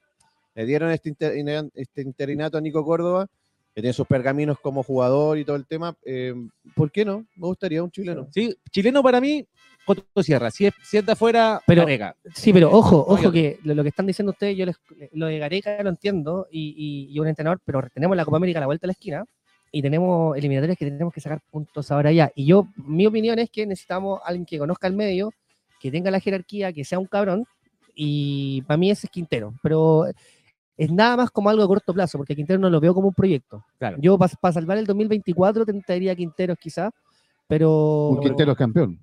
Le dieron este, interina- este interinato a Nico Córdoba, que tiene sus pergaminos como jugador y todo el tema. eh, ¿Por qué no? Me gustaría un chileno. Sí, chileno para mí, Cotosierra. Si es, si es de afuera, Pero- Gareca. Sí, pero ojo, Oye, ojo que lo, lo que están diciendo ustedes, yo les, lo de Gareca lo entiendo y, y- y un entrenador, pero tenemos la Copa América a la vuelta de la esquina y tenemos eliminatorias que tenemos que sacar puntos ahora ya. Y yo, mi opinión es que necesitamos alguien que conozca el medio, que tenga la jerarquía, que sea un cabrón y para mí ese es Quintero. Pero es nada más como algo a corto plazo, porque Quintero no lo veo como un proyecto. Claro. Yo para salvar el 2024 tentaría a Quinteros quizás, pero Un Quintero es campeón.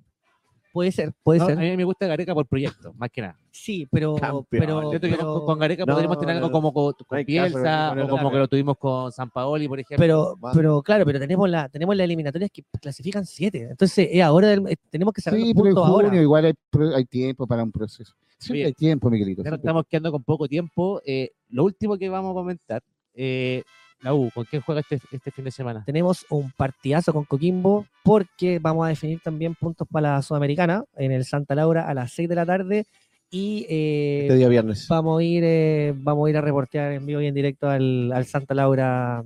puede ser, puede No, eh, a ser. mí me gusta Gareca por proyecto, más que nada. Sí, pero, Campeón. pero, Siento que pero- con, con Gareca No, podríamos tener no, algo no. como con, No con hay caso de Bielsa, ponerlo o como claro. que lo tuvimos con San Paoli, por ejemplo. pero, Más. pero claro, pero tenemos la, tenemos las eliminatorias que clasifican siete. Entonces, es ahora del- eh, tenemos que sacar Sí, los pero en puntos junio ahora. igual hay, pro- hay tiempo para un proceso. Siempre Oye, hay tiempo, Miguelito. Ya siempre nos estamos quedando con poco tiempo. Eh, lo último que vamos a comentar, eh, la U, ¿con quién juega este, este fin de semana? Tenemos un partidazo con Coquimbo porque vamos a definir también puntos para la Sudamericana en el Santa Laura a las 6 de la tarde y eh, Este día viernes. vamos a ir eh, vamos a ir a reportear en vivo y en directo al, al Santa Laura.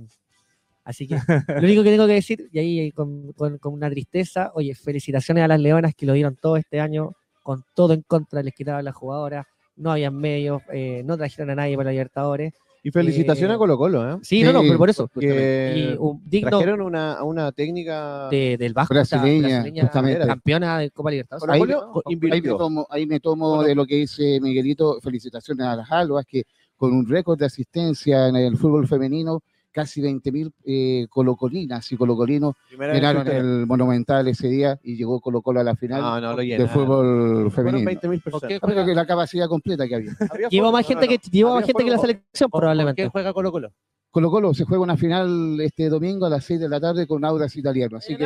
Así que lo único que tengo que decir, y ahí eh, con, con- con una tristeza, oye, felicitaciones a las Leonas que lo dieron todo este año, con todo en contra, les quitaban las jugadoras, no habían medios, eh, no trajeron a nadie para Libertadores. Y felicitaciones eh, a Colo Colo, ¿eh? Sí, no, no, pero por eso. Que Y un digno trajeron una, a una técnica. de- del Vasco, esta Brasileña, brasileña justamente. campeona de Copa Libertadores. Colo ahí- Colo Con- Ahí me invirtió. tomo, ahí me tomo de lo que dice Miguelito. Felicitaciones a las albas que con un récord de asistencia en el fútbol femenino, casi 20.000 eh, colocolinas y colocolinos Primera vez llenaron que- el Monumental ese día y llegó Colo Colo a la final No, no lo del llenaron. fútbol Ah, Fueron femenino. 20.000 ¿Con quién personas. Ah, pero que la capacidad completa que había. Había Llevó fotos, más no, gente no, que llevó más Había gente que la fotos. selección ¿Con- ¿Con quién probablemente. juega Colo Colo? Colo Colo se juega una final este domingo a las 6 de la tarde con Audas Italiano. Así que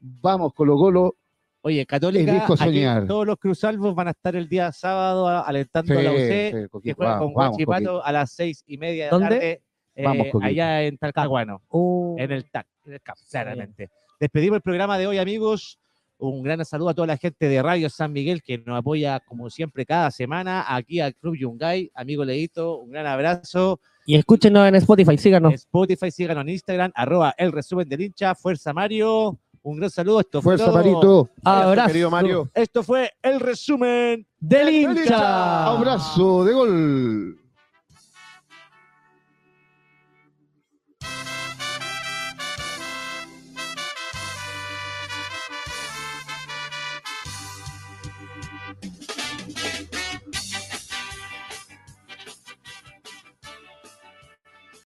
vamos, Colo Colo. Oye, Católica, Elijo aquí soñar. todos los cruzalvos van a estar el día sábado a- alentando a la UC, sí, Coquito, que juega vamos, con vamos, Coquito. Guachipato a las seis y media de la ¿Dónde? tarde, eh, Vamos, Coquito. allá en Talcahuano. Uh, en el TAC, en el CAP, claramente. Despedimos el programa de hoy, amigos. Un gran saludo a toda la gente de Radio San Miguel que nos apoya, como siempre, cada semana aquí al Club Yungay. Amigo Leito, un gran abrazo. y escúchenos en Spotify, síganos. Spotify, síganos en Instagram, arroba el resumen del hincha. Fuerza Mario, un gran saludo. Esto fue Fuerza, todo. Marito. Abrazo. Querido Mario. Esto fue el resumen del hincha. Abrazo de gol.